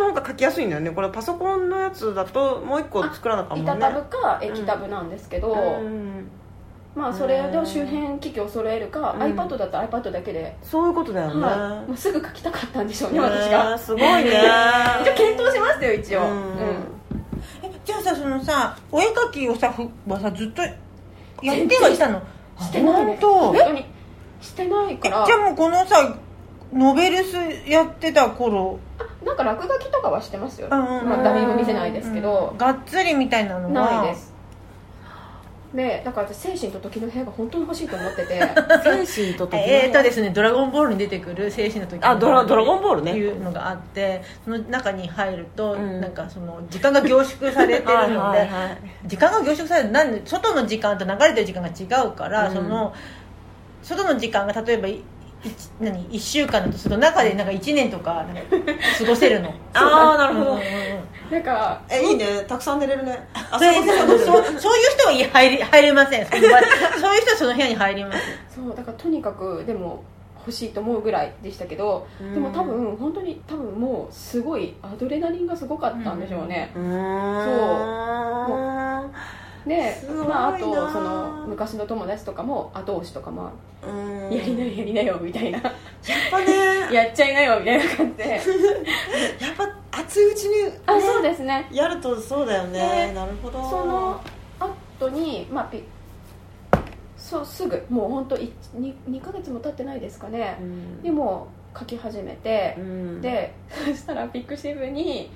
S2: の方が書きやすいんだよねこれパソコンのやつだともう一個作らなかも
S3: 板
S2: ね
S3: タブか液タブなんですけど、
S2: うん
S3: まあそれで周辺機器を揃えるか、
S2: うん
S3: iPad だったら iPad だけで、
S2: そういうことだよね、
S3: はいもうすぐ書きたかったんでしょうね、
S2: ね
S3: 私が
S2: すごい ね
S3: 一応検討しましたよ一応、
S2: うん
S3: うん
S1: えじゃあさそのさお絵描きをさふはさずっとやってはいたの
S3: してないね
S1: あ本当
S3: 本当にしてない
S1: え
S3: か
S1: じ
S3: ら
S1: ゃあもうこのさノベルスやってた頃
S3: なんか落書きとかはしてますよ、
S1: うん
S3: まあ、誰にも見せないですけど、
S1: がっつりみたいなのは
S3: ないですでだから私精神と時の部屋が本当に欲しいと思っ てて
S2: 精神と時
S1: えーとですね「ドラゴンボール」に出てくる精神の時
S2: あドラドラゴンボールね
S1: いうのがあってその中に入ると、
S2: うん
S1: なんかその時間が凝縮さ れてるので
S2: はいはいはい
S1: 時間が凝縮されてなんで外の時間と流れてる時間が違うから、
S2: うん
S1: その外の時間が例えばいいち何1週間だとすると中でなんか1年とかなんか過ごせるの
S2: ああなるほど、
S1: うんうんうん
S3: なんか
S2: えいいねたくさん寝れるねあ
S1: そう
S2: そういう
S1: そ
S2: こ
S1: うそうそ
S2: と
S1: ういう人はい入り入れませんその場合そういう人はその部屋に入りませ
S3: そうだからとにかくでも欲しいと思うぐらいでしたけど
S2: うん
S3: でも多分本当に多分もうすごいアドレナリンがすごかったんでしょうね、
S2: うーん
S3: です
S2: ごいな
S3: まあ、あとその昔の友達とかも後押しとかも
S2: うん
S3: やりなよやりなよみたいな
S2: やっぱね
S3: やっちゃいなよみたいな感じで
S2: やっぱ熱いうちに
S3: あそうですね
S2: やるとそうだよね
S3: ね
S2: なるほど
S3: その後にまあピそうすぐもう本当一二2ヶ月も経ってないですかね
S2: うん
S3: でも書き始めて
S2: う、ん
S3: でそしたらピクシブに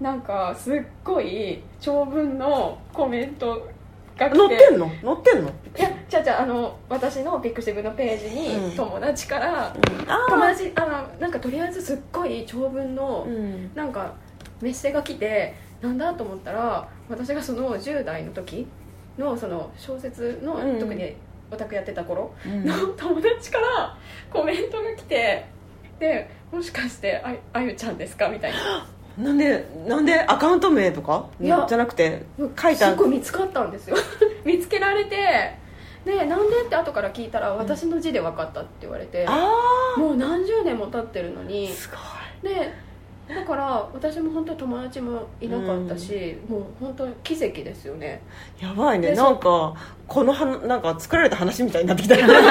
S3: なんかすっごい長文のコメントが
S2: 乗
S3: 来
S2: っててんの乗ってんの
S3: いやじゃあじゃああの私のピクシブのページ
S2: うん
S3: に友達から、友
S2: あ
S3: 達あのなんかとりあえずすっごい長文の
S2: あうん
S3: なんかメッセが来てなんだと思ったら私がその10代の時のその小説の、
S2: うん
S3: 特にオタクやってた頃
S2: うん
S3: の友達からコメントが来てでもしかしてああゆちゃんですかみたいな
S2: なんでなんでアカウント名とか
S3: い
S2: じゃ
S3: や
S2: なくて書いた
S3: すごい見つかったんですよ 見つけられてでなんでって後から聞いたら私の字で分かったって言われて、
S2: あ
S3: もう何十年も経ってるの
S2: あ
S3: に
S2: すごい
S3: でだから私も本当に友達もいなかったし、もう本当に奇跡ですよね
S2: やばいね
S3: でそ
S2: なんかこのはなんか作られた話みたいになってきた う
S3: そうすごい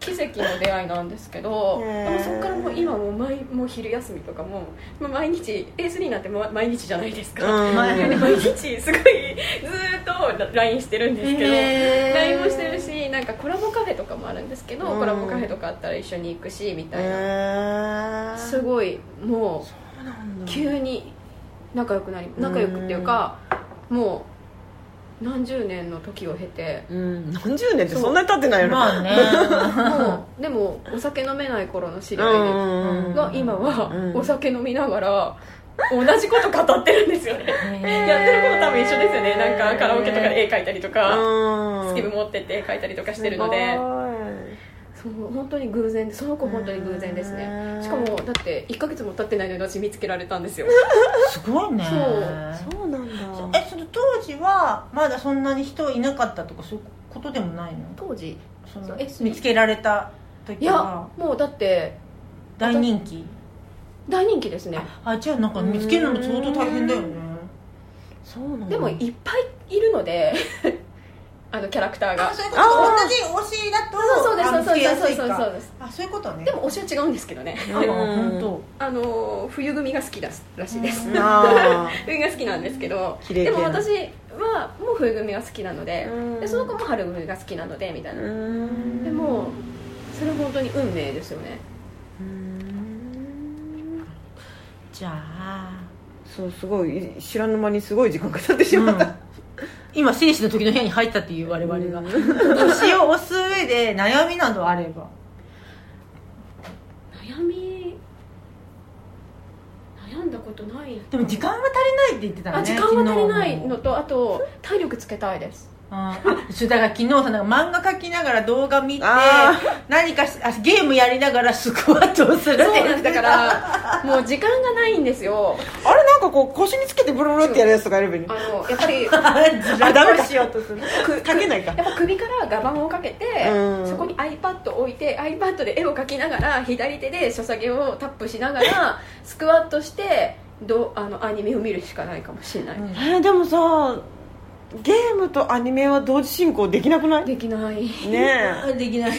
S3: 奇跡の出会いなんですけど
S2: へー
S3: でもそこからもう今もう毎もう昼休みとかも、まあ、毎日 A3 なんてま毎日じゃないですか、
S2: ん
S1: 前
S3: で毎日すごいずーっと LINE してるんですけど、
S1: ん
S3: LINE もしてるしなんかコラボカフェとかもあるんですけど、
S2: うん
S3: コラボカフェとかあったら一緒に行くしみたいな、
S2: えー
S3: すごいも
S2: そうなんだ
S3: う急に仲良くなり仲良くっていうか、もう何十年の時を 経て
S2: うん何十年ってそんなに経ってないよね
S1: ま あね
S3: もうでもお酒飲めない頃の知り
S2: う
S3: 合いで
S2: んう
S3: す、
S2: んうん
S3: が今は
S2: うん
S3: お酒飲みながら同じこと語ってるんですよねやってること多分一緒ですよねなんかカラオケとかで絵描いたりとかスキブ持ってって絵描いたりとかしてるのですそう本当に偶然でその子本当に偶然ですねしかもだって1か月も経ってないのに私見つけられたんですよ
S1: すごいね
S3: そ
S2: そうなんだ
S1: えその当時はまだそんなに人いなかったとかそういうことでもないの
S3: 当時
S1: その
S3: そうえ
S1: 見つけられた
S3: い
S1: 時
S3: や
S1: は
S3: もうだって
S1: 大人気
S3: 大人気ですね
S1: あじゃあなんか見つけるのも相当大変だよね
S2: そうなんだ
S3: でもいっぱいいるので あのキャラクターが
S1: あそういう
S2: あ
S1: こと同じ推しだと
S3: そうですそ
S1: あ
S3: う
S1: 見つけ
S3: で
S1: や
S3: すそ
S1: す
S3: うで
S1: い
S3: すそうですそう
S1: か
S3: です
S1: あそういうことね
S3: でも推しは違うんですけどね
S1: あ本当
S3: あの冬組が好きだすらしいです
S2: な あ
S3: 冬が好きなんですけど
S2: 綺麗系
S3: で
S2: な
S3: も私はもう冬組が好きなので
S2: うん
S3: でその子も春組が好きなのでみたいな
S2: うん
S3: でもそれ本当に運命ですよね
S2: うん
S1: じゃあ
S2: そうすごい知らぬ間にすごい時間が経ってしまった、
S1: 今精子の時の部屋に入ったっていう我々が
S2: うん
S1: 推しを推す上で悩みなどあれば
S3: 悩み悩んだことない
S1: でも時間が足りないって言ってた
S3: あ
S1: ね
S3: 時間が足りない
S1: 昨日
S3: の
S1: も
S3: とあと体力つけたいです
S1: ああそうだから昨日さなんか漫画描きながら動画見て
S2: あ
S1: 何かしあゲームやりながらスクワットをするって
S3: そうなんですだからもう時間がないんですよ
S2: あれなんかこう腰につけてブルブルってやるやつとかやればいいの
S3: あのやっぱり
S1: ずら
S2: あ
S1: っ
S2: ダメ
S1: と
S2: か
S1: しようとする
S2: く かけないか
S3: やっぱ首からガバンをかけて、
S2: うん
S3: そこに iPad を置いて iPad で絵を描きながら左手で書作業をタップしながらスクワットしてどうあのアニメを見るしかないかもしれない、
S1: うん
S2: えーでもさゲームとアニメは同時進行できなくないね
S3: できないで
S2: え
S1: あできない
S2: きない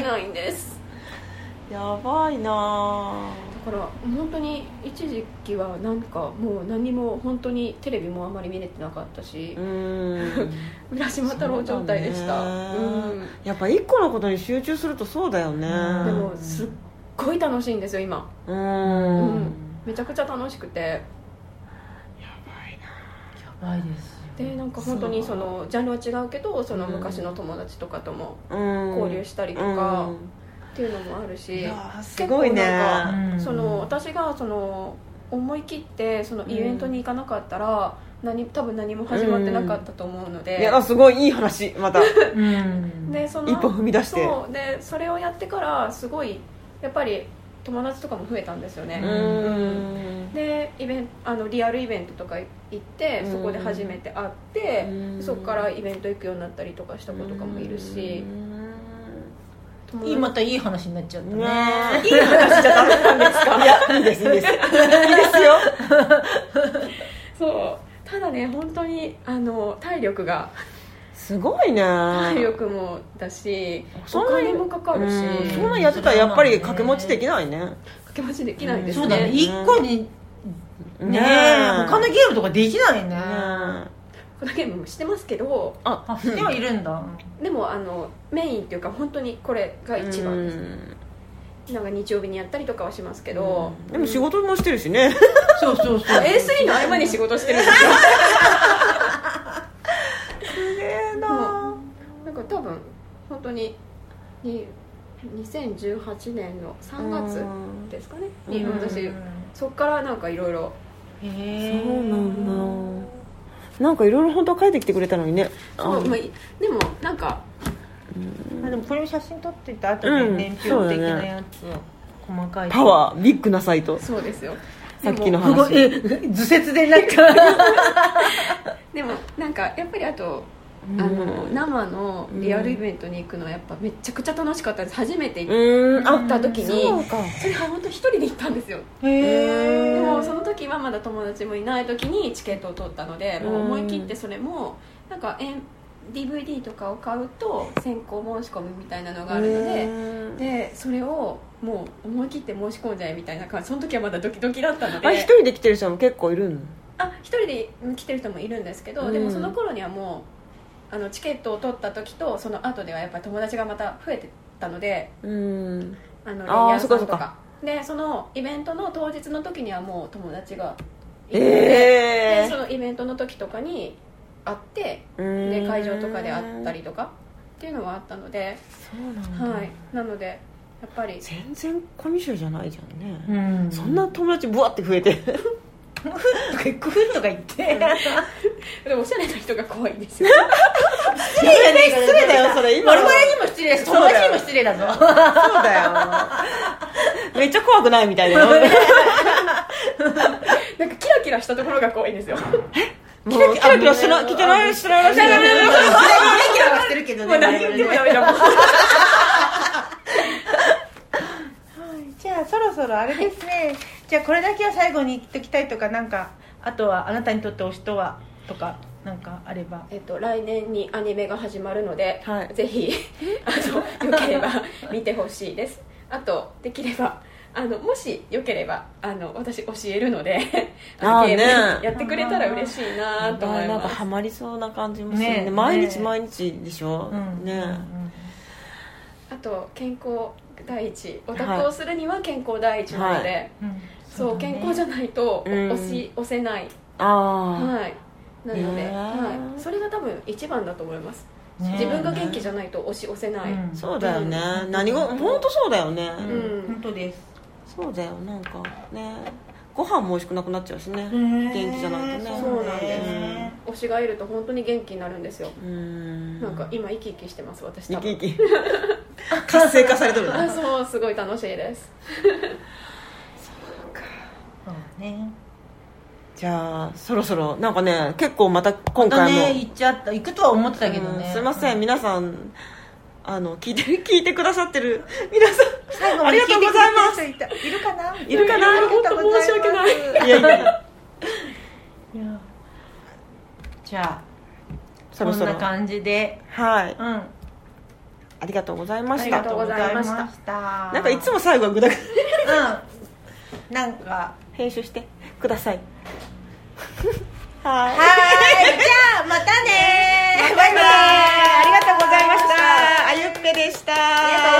S3: きないんです
S2: やばいなあ
S3: だから本当に一時期はなんかもう何も本当にテレビもあまり見れてなかったし
S2: う、ーん
S3: 浦島太郎状態で
S2: そ
S3: した
S2: うだね
S3: うん
S2: やっぱ一個のことに集中するとそうだよね
S1: うん
S3: でもすっごい楽しいんですよ今
S2: う
S1: うん
S3: んめちゃくちゃ楽しくて
S1: やばいですよ
S3: でなんか本当にそのジャンルは違うけどその昔の友達とかとも
S2: うん
S3: 交流したりとかっていうのもある
S2: い
S3: し、
S2: やーすごいね
S3: 結構なん
S1: かうん
S3: その私がその思い切ってそのイベントに行かなかったら何多分何も始まってなかったと思うの
S2: い
S3: で
S2: や、すごいいい話また
S1: うん
S3: でその
S2: 一歩踏み出して
S3: そうでそれをやってからすごいやっぱり友達とかも増えたんですよね、
S2: うーん
S3: でイベンあのリアルイベントとか行って
S2: うん
S3: そこで初めて会って、
S2: うん
S3: そこからイベント行くようになったりとかした子とかもいるし、友
S1: い
S3: 達
S1: いまたいい話になっちゃった
S2: ね
S1: ね
S2: え
S1: いい話じゃダメなんですかいや
S2: いいですいいですいいですよ
S3: そうただね本当にあの体力が
S2: すごいね
S3: 体力もだし
S2: そ
S3: お
S2: んなに
S3: 金もかかるし
S2: うんそん
S1: う
S2: なやってたらやっぱり掛け持ちできないね
S3: 掛け持ちできないです
S1: そ
S3: ね,、
S1: うだね一個にねえ他のゲームとかできないね
S2: ね
S3: このゲームもしてますけど
S1: あしてはいるんだ
S3: でもあのメインっていうか本当にこれが一番です、なんか日曜日にやったりとかはしますけど、
S2: でも仕事もしてるしね
S1: そうそうそう
S3: A3 の合間に仕事してるんですよ
S2: すげえな
S3: なんか多分本当にに2018年の3月ですかねに
S2: うん
S3: 私そっからなんかいろいろ
S1: へえ
S2: そうなんだなんかいろいろ本当は書いてきてくれたのにね
S3: そうまあいでもなんか
S1: まあでもこれを写真撮ってた後で年
S2: うんそう
S1: 表
S2: だ
S1: 的な
S2: ね
S1: やつを細かい
S2: パワービッグなサイト
S3: そうですよ
S2: さっきの
S3: でも
S1: すごいえ図説でなんか
S3: でもなんかやっぱりあとあの
S2: う
S3: 生のリアルイベントに行くのはやっぱめちゃくちゃ楽しかったです初めて行っ
S2: ーんあ
S3: た時
S2: そう
S3: に
S2: か
S3: それは本当一人で行ったんですよ
S1: へ
S3: で
S1: え
S3: もその時はまだ友達もいない時にチケットを取ったのでもう思い切ってそれもなんかえん DVD とかを買うと先行申し込みみたいなのがあるの
S2: う
S3: で
S2: ーん
S3: でそれをもう思い切って申し込んじゃえみたいな感じその時はまだドキドキだったので
S2: あ一人で来てる人も結構いるの
S3: あ一人で来てる人もいるんですけど、
S2: うん
S3: でもその頃にはもうあのチケットを取った時とその後ではやっぱり友達がまた増えてたので
S2: うん
S3: あのレイ
S2: あー
S3: ヤーさ
S2: そ
S3: んと
S2: っかそっ
S3: か
S2: か
S3: でそのイベントの当日の時にはもう友達がいて、
S2: え
S3: でそのイベントの時とかに会って
S2: え
S3: で会場とかで会ったりとかっていうのはあったので、
S2: そうなんだ、
S3: はい、なのでやっぱり
S2: 全然コミュ障じゃないじゃんね、
S1: うん
S2: そんな友達ブワって増えて
S1: とかクフとか言って
S3: でもおしゃれな人が怖いんですよ
S1: 失礼ね失礼だよそれ今
S2: 今の
S1: 丸丸にも失礼だし
S2: そ
S1: 友
S2: うだよ
S1: 達にも失礼だぞ
S2: そうだよめっちゃ怖くないみたいだよ
S3: なんかキラキラしたところが怖いん ですよ
S2: もうキラキラしてないしてないしてない
S1: キ
S2: してない
S1: ラキラはしてるけどね
S3: もう何言ってもダメだもん
S1: じゃあそろそろあれですねじゃあこれだけは最後に言っときたいとかなんかあとはあなたにとって推しとはとかなんかあれば
S3: えっと、来年にアニメが始まるので、
S2: はい
S3: ぜひあのよければ見てほしいです あとできればあのもしよければあの私教えるの で
S2: あー
S3: ゲーム
S2: ね
S3: やってくれたら嬉しいなと思い
S2: なん
S3: ま
S2: か
S3: す
S2: ハマりそうな感じもするね
S1: ね
S2: 毎日毎日でしょ、
S1: うん
S2: ね
S3: あと健康第一オタクをするには健康第一なので、
S2: は
S1: うんうん
S3: そう
S1: だね
S3: 健康じゃないと
S2: うん
S3: 押し押せない、
S2: あ
S3: はいなので、
S2: ね
S3: はい、それが多分一番だと思います、
S1: ね
S3: 自分が元気じゃないと押し押せない、
S1: うん
S2: あそうだよね、
S1: うん
S2: 何ご本当そうだよね、
S1: うん
S3: うん
S1: 本当です
S2: そうだよなんかねご飯も美味しくなくなっちゃうしね、元気じゃないとね
S3: そうなんです推しがいると本当に元気になるんですよ
S2: うん
S3: なんか今生き生きしてます私
S2: 生
S3: 多分
S2: き 生き活性化されてる
S3: あ
S2: な
S3: そうすごい楽しいです
S1: そうね
S2: じゃあそろそろなんかね結構また今
S1: だ
S2: 回も、
S1: ね行っちゃった行くとは思ってたけど
S2: う
S1: ね
S2: んすいません
S1: う
S2: 皆さんあの聞いて 聞いてくださってる皆さ
S1: 最後まで聞いてくれてる人いたいるかない
S2: いるかな
S1: ありがとうございます
S3: 本当申し訳ない
S2: んいやいやいや
S1: いやじゃあ
S2: そろそ
S1: こ
S2: ろ
S1: んな感じで
S2: はい
S1: うん
S2: ありがとうございま
S1: あ
S2: し
S1: り
S2: た
S1: がとうございました
S2: なんかいつも最後はグダグダ
S1: うんなんか
S2: 編集してください はい
S1: はーいじゃあまたね
S2: バイ
S1: バ
S2: バイ
S1: イバイ
S2: ありがとうございましたあゆっぺでした
S1: ありがとうございました